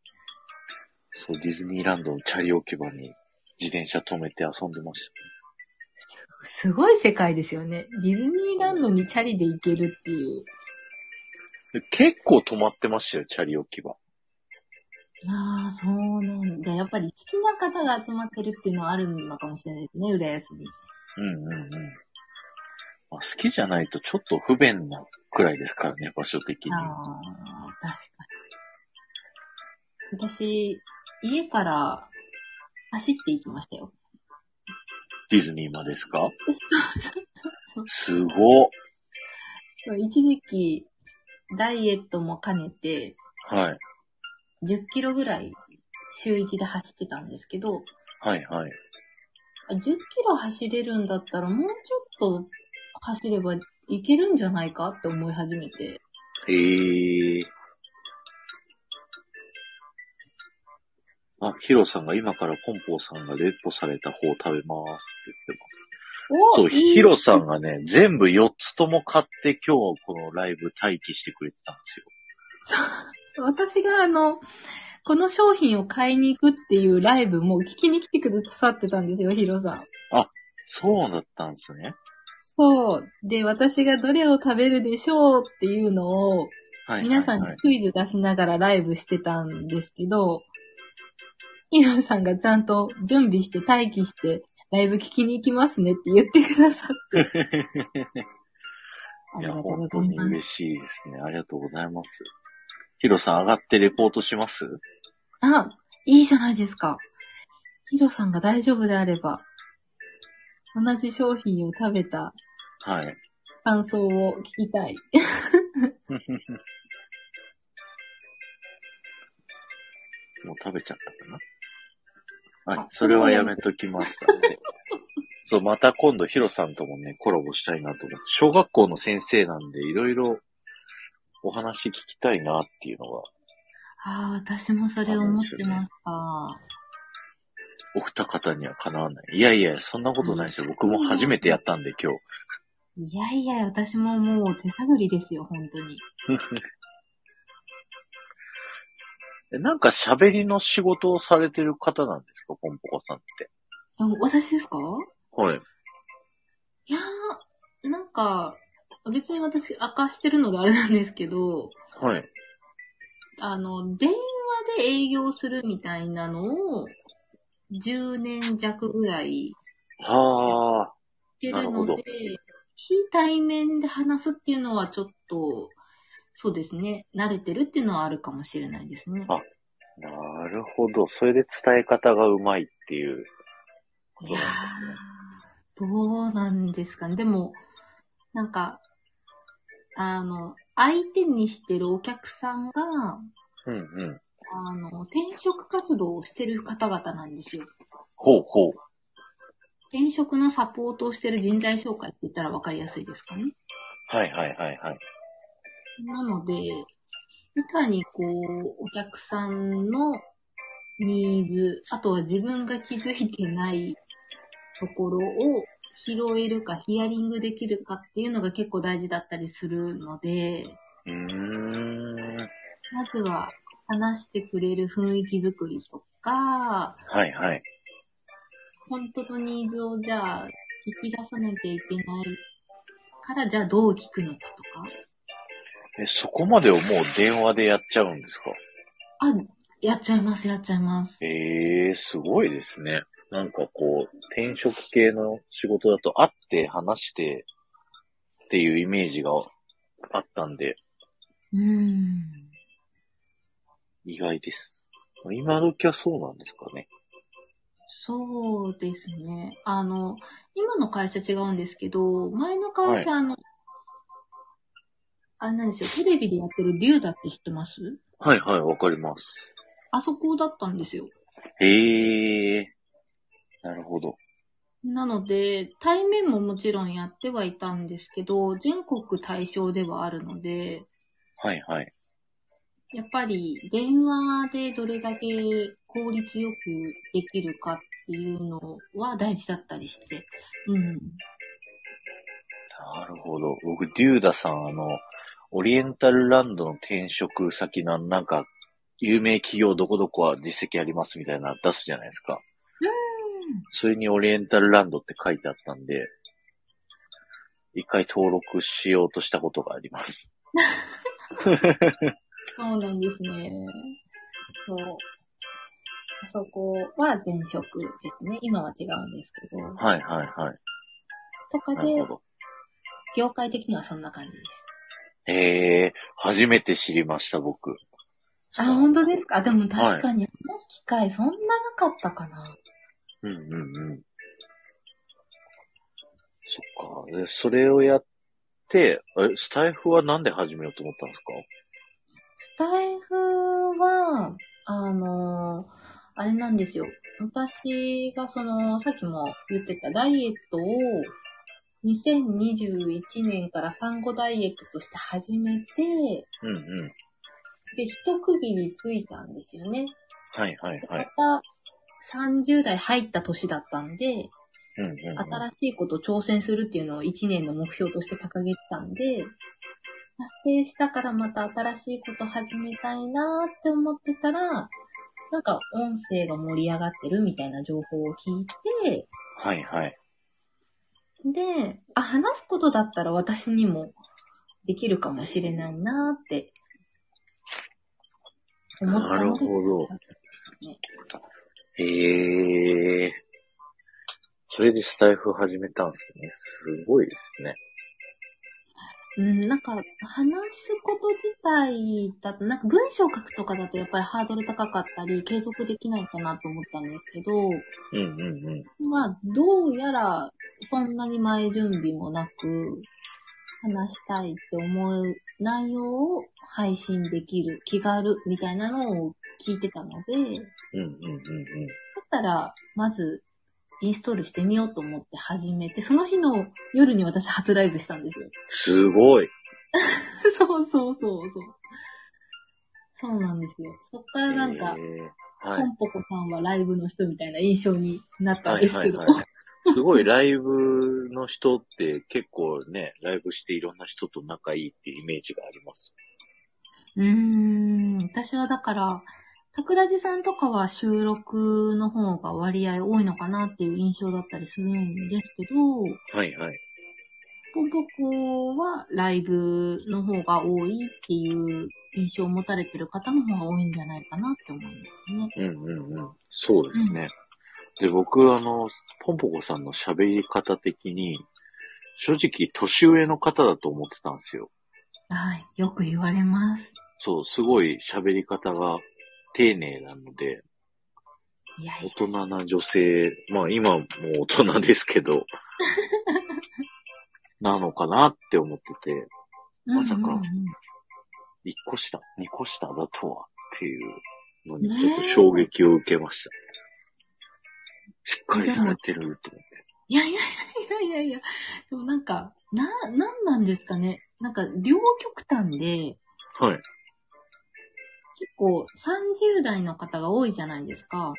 そう、ディズニーランドのチャリ置き場に自転車止めて遊んでまし
すごい世界ですよね。ディズニーランドにチャリで行けるっていう。
た。で結構止まってましたよ、チャリ置き場。
いやー、そうなんじゃあやっぱり好きな方が集まってるっていうのはあるのかもしれないですね、浦安に。
うんうんうん。まあ、好きじゃないとちょっと不便なくらいですからね、場所的に。
ああ、確かに。私、家から走って行きましたよ。
ディズニーまでですか
そうそう
すごっ
そう一時期、ダイエットも兼ねて、
はい。
10キロぐらい週1で走ってたんですけど、
はいはい。
あ10キロ走れるんだったらもうちょっと走ればいけるんじゃないかって思い始めて、
へえ。あ、ヒロさんが今からポンポーさんがレッポされた方を食べますって言ってます。
お
そう、
いい
ヒロさんがね、全部4つとも買って今日このライブ待機してくれてたんですよ。
そう私があの、この商品を買いに行くっていうライブも聞きに来てくださってたんですよ、ヒロさん。
そうだったんですね。
そう。で、私がどれを食べるでしょうっていうのを、
はい。
皆さんに
はいはい
クイズ出しながらライブしてたんですけど、ヒロさんがちゃんと準備して待機して、ライブ聞きに行きますねって言ってくださ って。あ
い
り
や、
がとうご
本
ざ
当
い
に
ます。
嬉しいですね。ありがとうございます。ヒロさん上がってレポートします
あ、いいじゃないですか。ヒロさんが大丈夫であれば、同じ商品を食べた
はい。
感想を聞きたい。
もう食べちゃったかなはい
あ。
それはやめときますから ね。そう、また今度ヒロさんともね、コラボしたいなと思って、小学校の先生なんで、いろいろお話聞きたいなっていうのが、
ああ、私もそれ思ってました。
お二方にはかなわない。いやいや、そんなことないですよ。僕も初めてやったんで、今日。
いやいや、私ももう手探りですよ、本当に。
えなんか喋りの仕事をされてる方なんですかポンポコさんって。
あ私ですか
はい。
いやー、なんか、別に私明かしてるのであれなんですけど、
はい。
あの、電話で営業するみたいなのを、10年弱ぐらい
はあ。
ってる
なるほ
の
ど
で、非対面で話すっていうのはちょっと、そうですね、慣れてるっていうのはあるかもしれないですね。
あなるほど。それで伝え方がうまいっていうこ
い
と
や
なん
ー
ですね。
どうなんですかね。でも、なんか、あの、相手にしてるお客さんが、
うんうん。
あの、転職活動をしてる方々なんですよ。
ほうほう。
転職のサポートをしてる人材紹介って言ったら分かりやすいですかね。
はいはいはいはい。
なので、いかにこう、お客さんのニーズ、あとは自分が気づいてないところを拾えるか、ヒアリングできるかっていうのが結構大事だったりするので、
うーん。
まずは話してくれる雰囲気づくりとか、
はいはい。
本当のニーズをじゃあ聞き出さなきゃいけないから、じゃあどう聞くのかとか。
え、そこまでをもう電話でやっちゃうんですか
あ、やっちゃいます、やっちゃいます。
ええー、すごいですね。なんかこう、転職系の仕事だと会って話してっていうイメージがあったんで、
うん。
意外です。今時はそうなんですかね。
そうですね。あの、今の会社違うんですけど、前の会社、あの、あれなんですよ、テレビでやってるリューダって知ってます
はいはい、わかります。
あそこだったんですよ。
ええー。なるほど。
なので、対面ももちろんやってはいたんですけど、全国対象ではあるので、
はいはい。
やっぱり電話でどれだけ効率よくできるかっていうのは大事だったりして。うん。
なるほど。僕、デューダさん、あの、オリエンタルランドの転職先の、なんか、有名企業どこどこは実績ありますみたいなの出すじゃないですか。それにオリエンタルランドって書いてあったんで、一回登録しようとしたことがあります。
そうなんですね。そう。あそこは前職ですね。今は違うんですけど。
はいはいはい。
とか
なる
で
ほ、ど。
業界的にはそんな感じです。
へえ、初めて知りました、僕。
あ、本当ですかでも確かに話す機会そんななかったかな。
うんうんうん。そっか。でそれをやって、え、スタイフはなんで始めようと思ったんですか
スタイフは、あのあれなんですよ。私がその、さっきも言ってたダイエットを、2021年から産後ダイエットとして始めて、
うんうん。
で、一区切りついたんですよね。
はいはい
で
は
ま
い。
た、30代入った年だったんで、
うんうん、うん。
新しいことを挑戦するっていうのを1年の目標として掲げてたんで、達成したからまた新しいこと始めたいなーって思ってたら、なんか音声が盛り上がってるみたいな情報を聞いて、
はいはい。
で、あ、話すことだったら私にもできるかもしれないなーって思った
なる
ので
ほど。
したね。
へえ。それでスタイフ始めたんですね。すごいですね。
うん、なんか話すこと自体だと、なんか文章を書くとかだとやっぱりハードル高かったり継続できないかなと思ったんですけど、
うんうんうん。
まあ、どうやら、そんなに前準備もなく、話したいって思う内容を配信できる、気軽みたいなのを聞いてたので、だ
うんうんうんうん。
ったら、まず、インストールしてみようと思って始めて、その日の夜に私初ライブしたんですよ。
すごい。
そうそうそうそう。そうなんですよ。そっからなんか、
へー
ポ
はい。
ンポコさんはライブの人みたいな印象になったんですけど。
すごいライブの人って結構ね、ライブしていろんな人と仲いいっていうイメージがあります。
うーん、私はだから、桜地さんとかは収録の方が割合多いのかなっていう印象だったりするんですけど、
はいはい。
ポンポコはライブの方が多いっていう印象を持たれてる方の方が多いんじゃないかなって思いますね。
うんうんうん。そうですね。で、僕、あの、ポンポコさんの喋り方的に、正直年上の方だと思ってたんですよ。
はい、よく言われます。
そう、すごい喋り方が丁寧なので、
いやい
大
や、
人な女性、まあ今もう大人ですけ ど、なのかなって思ってて、まさか
うんうんうん
1個下、2個下だとはっていうのにちょっと衝撃を受けました。しっかりされてると思って。
いやいやいやいやいやいや、でもなんか、な、なんなんですかね。なんか、両極端で、
はい。
結構30代の方が多いじゃないですか。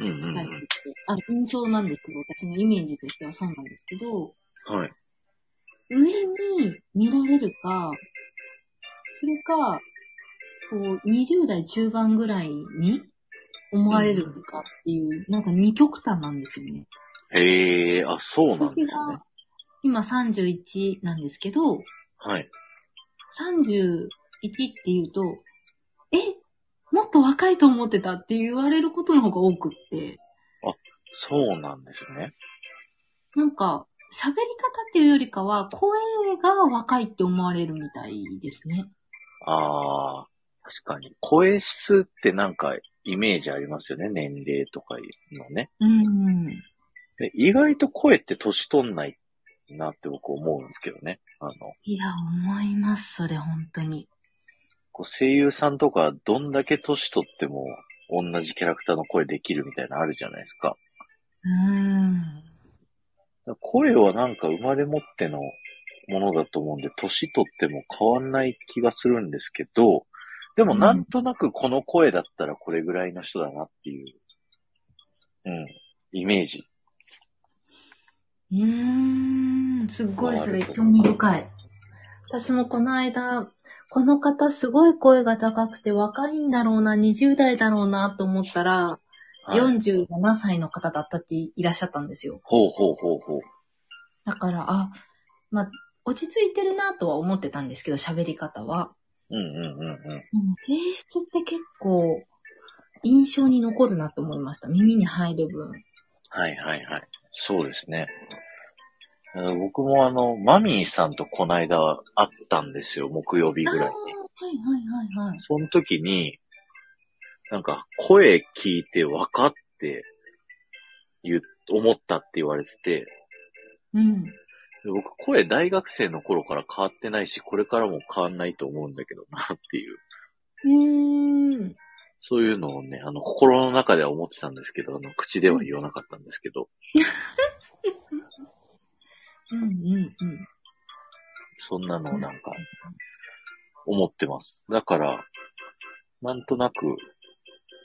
うん
ス
う
タ
ん
イルって。あ、印象なんですけど、私のイメージとしてはそうなんですけど、
うん。はい。
上に見られるか、それか、こう、20代中盤ぐらいに思われるかっていう、なんか二極端なんですよね。
へえ、あ、そうなんです
私
ね。
が、今31なんですけど、
はい。
31って言うと、えもっと若いと思ってたって言われることの方が多くって、
そうなんですね。
なんか、喋り方っていうよりかは、声が若いって思われるみたいですね。
ああ、確かに。声質ってなんかイメージありますよね。年齢とかのね。
うん。
で意外と声って年取んないなって僕思うんですけどね。あの、
いや、思います、それ、本当に。
こう声優さんとかどんだけ年取っても同じキャラクターの声できるみたいなのあるじゃないですか。
うん。
だから声はなんか生まれ持ってのものだと思うんで、年取っても変わんない気がするんですけど、でもなんとなくこの声だったらこれぐらいの人だなっていう、うん、イメージ。
うーん、すっごいそ
な
れ
るほど
興味深い。私もこの間、この方すごい声が高くて若いんだろうな、20代だろうなと思ったら、
はい
47歳の方だったっていらっしゃったんですよ。
ほうほうほうほう。
だから、あ、まあ、落ち着いてるなとは思ってたんですけど、喋り方は。
うんうんうんうん。
でも性質って結構印象に残るなと思いました。耳に入る分。
はいはいはい。そうですね。えー僕もあの、マミーさんとこないだ会ったんですよ、木曜日
ああ
ぐ
ー、
ら
はいい
に。
はいはいはい。
その時に、なんか、声聞いて分かって、言う、思ったって言われてて、
うん。
で僕、声大学生の頃から変わってないし、これからも変わんないと思うんだけどなっていう、
うーん。
そういうのをね、あの、心の中では思ってたんですけど、あの、口では言わなかったんですけど、
うんうんうん。
そんなのをなんか、思ってます。だから、なんとなく、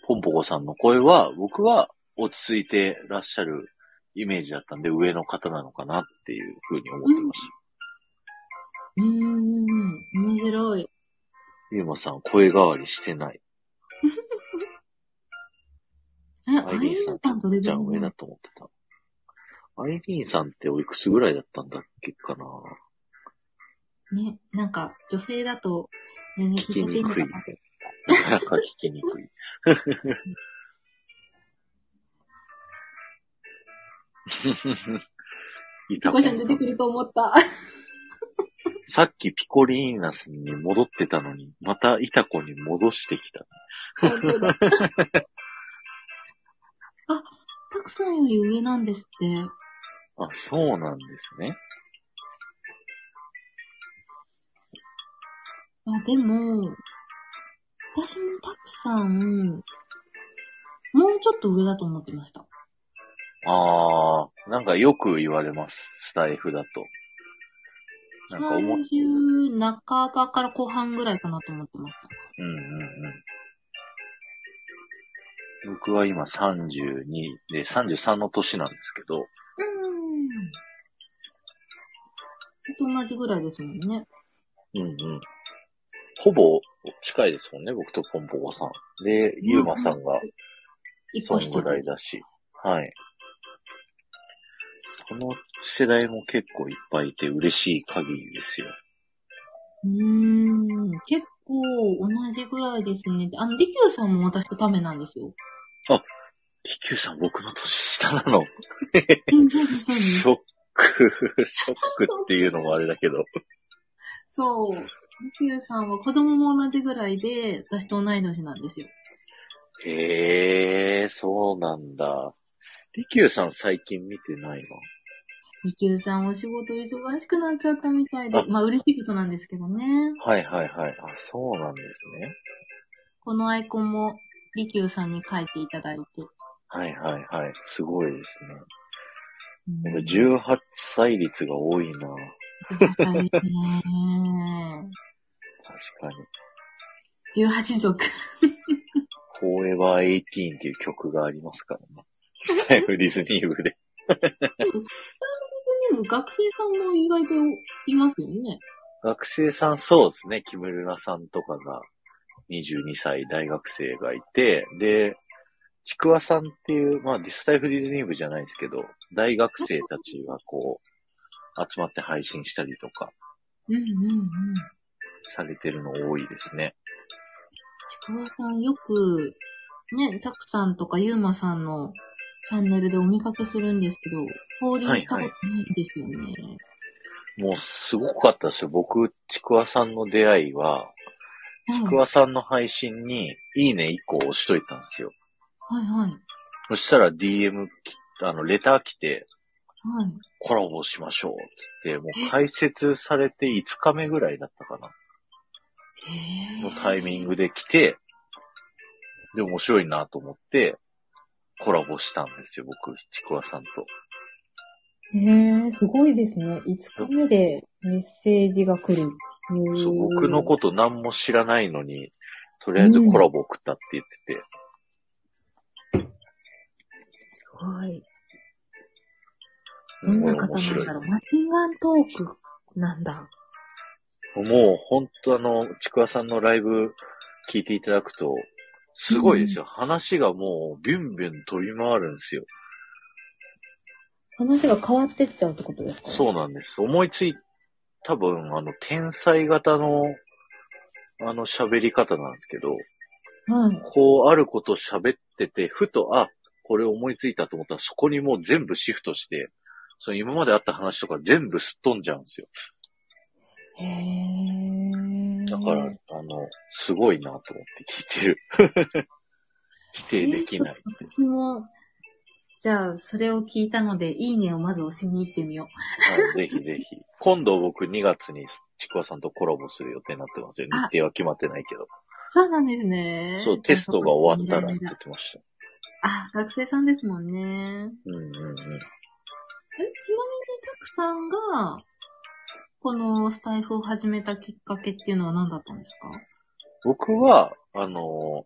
ポンポコさんの声は、僕は落ち着いてらっしゃるイメージだったんで、上の方なのかなっていうふうに思ってまし
うーん、面白い。
た。ゆうまさん、声変わりしてない。
え、ア
アイ
イリ
リー
ー
ンさ
ンさんとレ
ん、じ
ベ
ゃあ
ル
上だ
が。
と思ってた。アイリーンさんっておいくつぐらいだったんだっけかな
ね、なんか、女性だと、全然
聞きにくい
聞けて
なかなか聞きにくい。い
ピ
た
コちゃん出てくると思った。
さっきピコリーナスに戻ってたのに、またイタコに戻してきた。
本 当だ。あ、たくさんより上なんですって。
あ、そうなんですね。
あ、でも、私もたくさん、もうちょっと上だと思ってました。
あー、なんかよく言われます。スタイフだと。なんか思っ、
30半ばから後半ぐらいかなと思ってました。
うんうんうん。僕は今32で33の年なんですけど、
うん。ほんと同じぐらいですもんね。
うんうん。ほぼ近いですもんね、僕とポンポコさん。で、ゆうまさんが
一
そ
個
ん
下
ぐらいだし。はい。この世代も結構いっぱいいて嬉しい限りですよ。
うーん。結構同じぐらいですね。あの、リキューさんも私とためなんで すよ。
リキューさん僕の年下なの。
うん、そうです、そうで
シ
す。
ョック、ショックっていうのもあれだけど。
そう。リキューさんは子供も同じぐらいで、私と同い年なんですよ。
へえ、そうなんだ。リキューさん最近見てない
リキューさんお仕事忙しくなっちゃったみたい
あ
で、まあ嬉しいことなんですけどね。
な。はいはいはい。あ、そうなんですね。
このアイコンもリキューさんに書いていただいて。
はいはいはい。すごいですね。
うん
やっぱ18歳率が多いな。
18ですね。
確かに。
18族。
フォーエバー18っていう曲がありますからね。スタイフディズニー部で。
別に学生さんも意外といますよね。
学生さん、そうですね。木村さんとかが22歳大学生がいて、で、ちくわさんっていう、まあ、ディスタイフディズニー部じゃないですけど、大学生たちがこう、集まって配信したりとか
うんうんうん。
されてるの多いですね。
ちくわさんよく、ね、たくさんとかゆうまさんのチャンネルでお見かけするんですけど、降臨したことないんですよね。
もうすごかったですよ。僕、ちくわさんの出会いは、
はい
ちくわさんの配信に、いいね1個押しといたんですよ。
はいはい。
そしたら DM き、あの、レター来て、
はい。
コラボしましょうってって、もう開設されて5日目ぐらいだったかな、
へ
のタイミン
グ。
グで来て、で、面白いなと思って、コラボしたんですよ、僕、ちくわさんと。
へえ、すごいですね。5日目でメッセージが来る。
そう
へー
僕のこと何も知らないのに、とりあえずコラボ送ったって言ってて、
すごい。どんな方なんだろう。マシンガントークなんだ。
もう本当あの、ちくわさんのライブ聞いていただくと、すごいですよ。話がもうビュンビュン飛び回るんですよ。
話が変わってっちゃうってことですか
そうなんです。思いつい、多分あの、天才型の、あの喋り方なんですけど、
う。はい。
こうあること喋ってて、ふと、あ、これ思いついたと思ったら、そこにもう全部シフトして、その今まであった話とか全部すっ飛んじゃうんですよ。
へえ。
だから、あの、すごいなと思って聞いてる。 否定できない。
私も、じゃあ、それを聞いたので、いいねをまず押しに行ってみよう。
はい、ぜひぜひ。今度僕2月にちくわさんとコラボする予定になってますよ。日
あ
程は決まってないけど。
そうなんですね。
そう、テストが終わったらって言
あ
っ、てました。
学生さんですもん
う
ね。
んうんうん。
え、ちなみにたくさんが、このスタイフを始めたきっかけっていうのは何だったんですか
僕は、あのー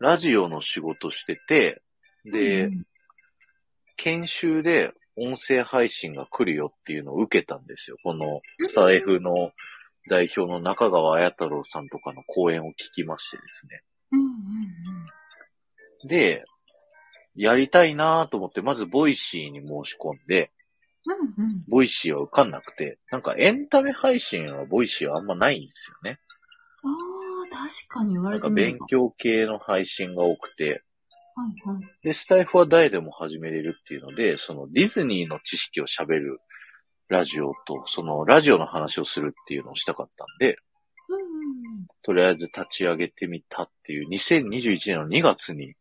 ラジオの仕事してて、で、
うん
研修で音声配信が来るよっていうのを受けたんですよ。このスタイフの代表の中川綾太郎さんとかの講演を聞きましてですね。
うんうん
で、やりたいなと思って、まずボイシーに申し込んで、
うんうん。
ボイシーは受かんなくて、なんかエンタメ配信はボイシーはあんまないんですよね。
ああ、確かに言わ
な
れ
ん
て
か
みれ
勉
ば。
強系の配信が多くて、
はいはい。
で、スタイフは誰でも始めれるっていうので、そのディズニーの知識を喋るラジオと、そのラジオの話をするっていうのをしたかったんで、
うんうんうん。
とりあえず立ち上げてみたっていう、2021年の2月に、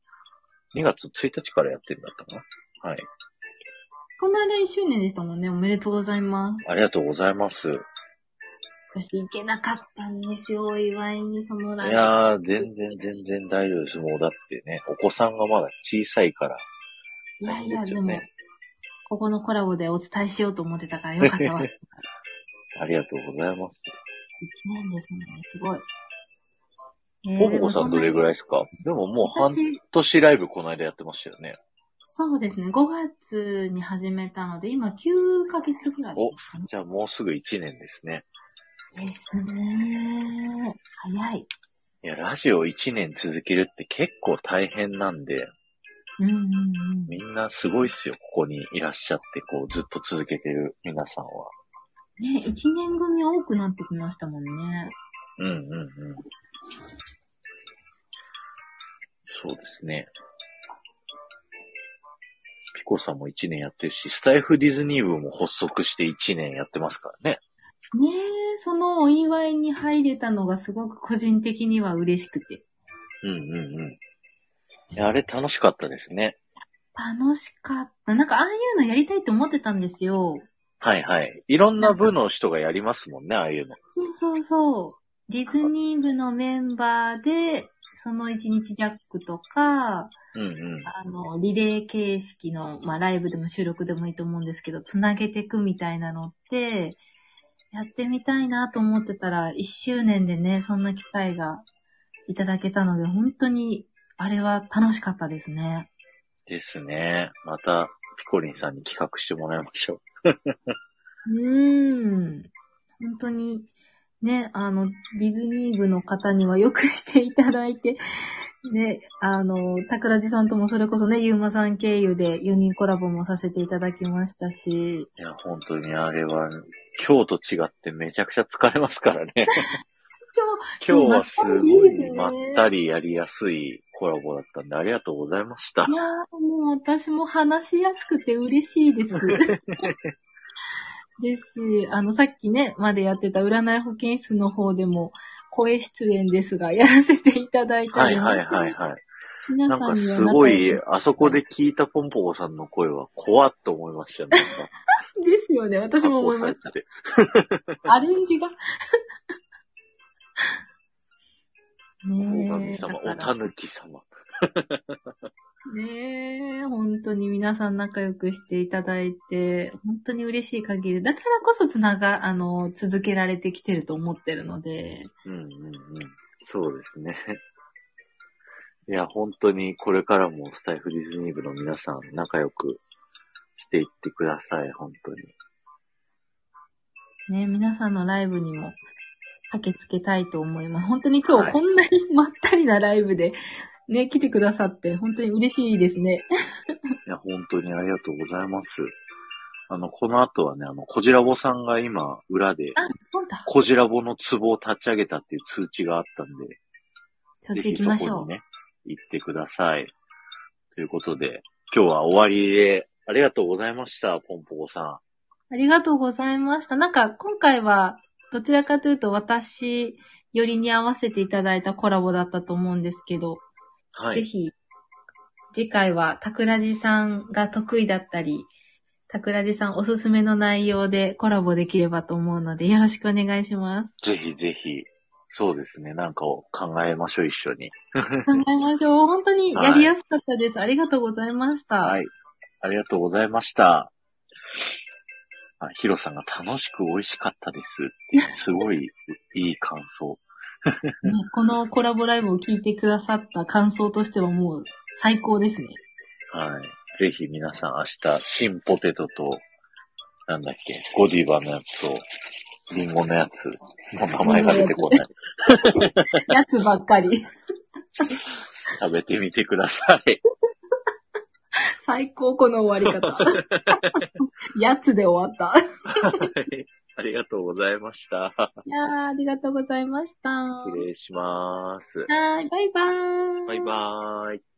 2月1日からやってるんだったかなはい。
この間1周年でしたもんね。おめでとうございます。
ありがとうございます。い
私行けなかったんですよ。お祝いにそのライブ。
やー、全然全然大丈夫です。もうだってね、お子さんがまだ小さいから、
いやい
で
や、
す
で
よ
も
ね、
ここのコラボでお伝えしようと思ってたからよかったわ。1
ありがとうございます。
年ですもんね。すごい。え
ポポコさんどれぐらい
い
ですかでももう半
私、
年ライブこの間やってましたよね。
そうですね。5月に始めたので、今9ヶ月ぐらいですかね。
じゃあもうすぐ1年ですね。
ですね。早い。
いや、ラジオ1年続けるって結構大変なんで、
うんうんうん。
みんなすごいっすよ。ここにいらっしゃって、こうずっと続けてる皆さんは。
ね、1年組多くなってきましたもんね。
うんうんうん。そうですね。ピコさんも1年やってるし、スタイフディズニー部も発足して1年やってますからね。
ねえ、そのお祝いに入れたのがすごく個人的には嬉しくて。
うんうんうん。いやあれ楽しかったですね。
楽しかった。なんかああいうのやりたいって思ってたんですよ。
はいはい。いろんな部の人がやりますもんね、ああいうの。
そうそうそう。ディズニー部のメンバーで、その一日ジャックとか、
うんうん。
あの、リレー形式の、まあ、ライブでも収録でもいいと思うんですけど、つなげていくみたいなのって、やってみたいなと思ってたら、一周年でね、そんな機会がいただけたので、本当に、あれは楽しかったですね。
ですね。また、ピコリンさんに企画してもらいましょう。
うーん。本当に、ね、あの、ディズニー部の方にはよくしていただいて、ね、あの、桜地さんともそれこそね、ゆうまさん経由で4人コラボもさせていただきましたし、
いや、本当にあれは、今日と違ってめちゃくちゃ疲れます からね。今日はすごいまったりやりやすいコラボだったんで、ありがとうございました
い。やー、もう私も話しやすくて嬉しい です。ですし、あの、さっきね、までやってた占い保健室の方でも、声出演ですが、やらせていただいた
は
り
いはいはいはい。
皆
な
さ
ん
に
か
は
す
仲
ごい
良く、
あそこで聞いたポンポコさんの声は怖っと思いましたね。なんか
ですよね、私も思いまし
加工さ
た。
れてて
アレン ジが。
大
ねえ
神様、
だ
お
から
たぬき様。
ねえ、本当に皆さん仲良くしていただいて、本当に嬉しい限りで、だからこそつなが、あの、続けられてきてると思ってるので、
うんうんうん。そうですね。 いや、本当にこれからもスタイフディズニー部の皆さん仲良くしていってください、本当に。
ねえ、皆さんのライブにも駆けつけたいと思います。本当に今
は
日
い
こんなにまったりなライブで、ね、来てくださって、本当に嬉しいですね。
いや、本当にありがとうございます。あの、この後はね、あの、こじらぼさんが今、裏で、
あ、そうだ。
こじらぼの壺を立ち上げたっていう通知があったん
そっ
で、
ち
ぜひ
行き
そ
ましょ
こ
う
に。ね、行ってください。ということで、今日は終わりで、ありがとうございました、ポンポコさん。
ありがとうございました。なんか、今回は、どちらかというと私よりに合わせていただいたコラボだったと思うんですけど、
は
ぜ
い。
ひ、次回は、桜地さんが得意だったり、桜地さんおすすめの内容でコラボできればと思うので、よろしくお願いします。
ぜひぜひ、そうですね、なんかを考えましょう、一緒に。
考えましょう。本当にやりやすかったです。ありがとうございました。
はい。ありがとうございました。あ、ヒロさんが楽しく美味しかったですって。すごいいい感想。
ねこのコラボライブを聞いてくださった感想としてはもう最高ですね。
はい。ぜひ皆さん明日、新ポテトと、なんだっけ、ゴディバのやつと、リンゴのやつ。もう名前が出てこない。
やつばっかり。
食べてみてください。
最高、この終わり 方。やつで終わった。
はいありがとうございました。
いやー、ありがとうございました。は
失礼します。
ーい、バイバーイ。
バイバーイ。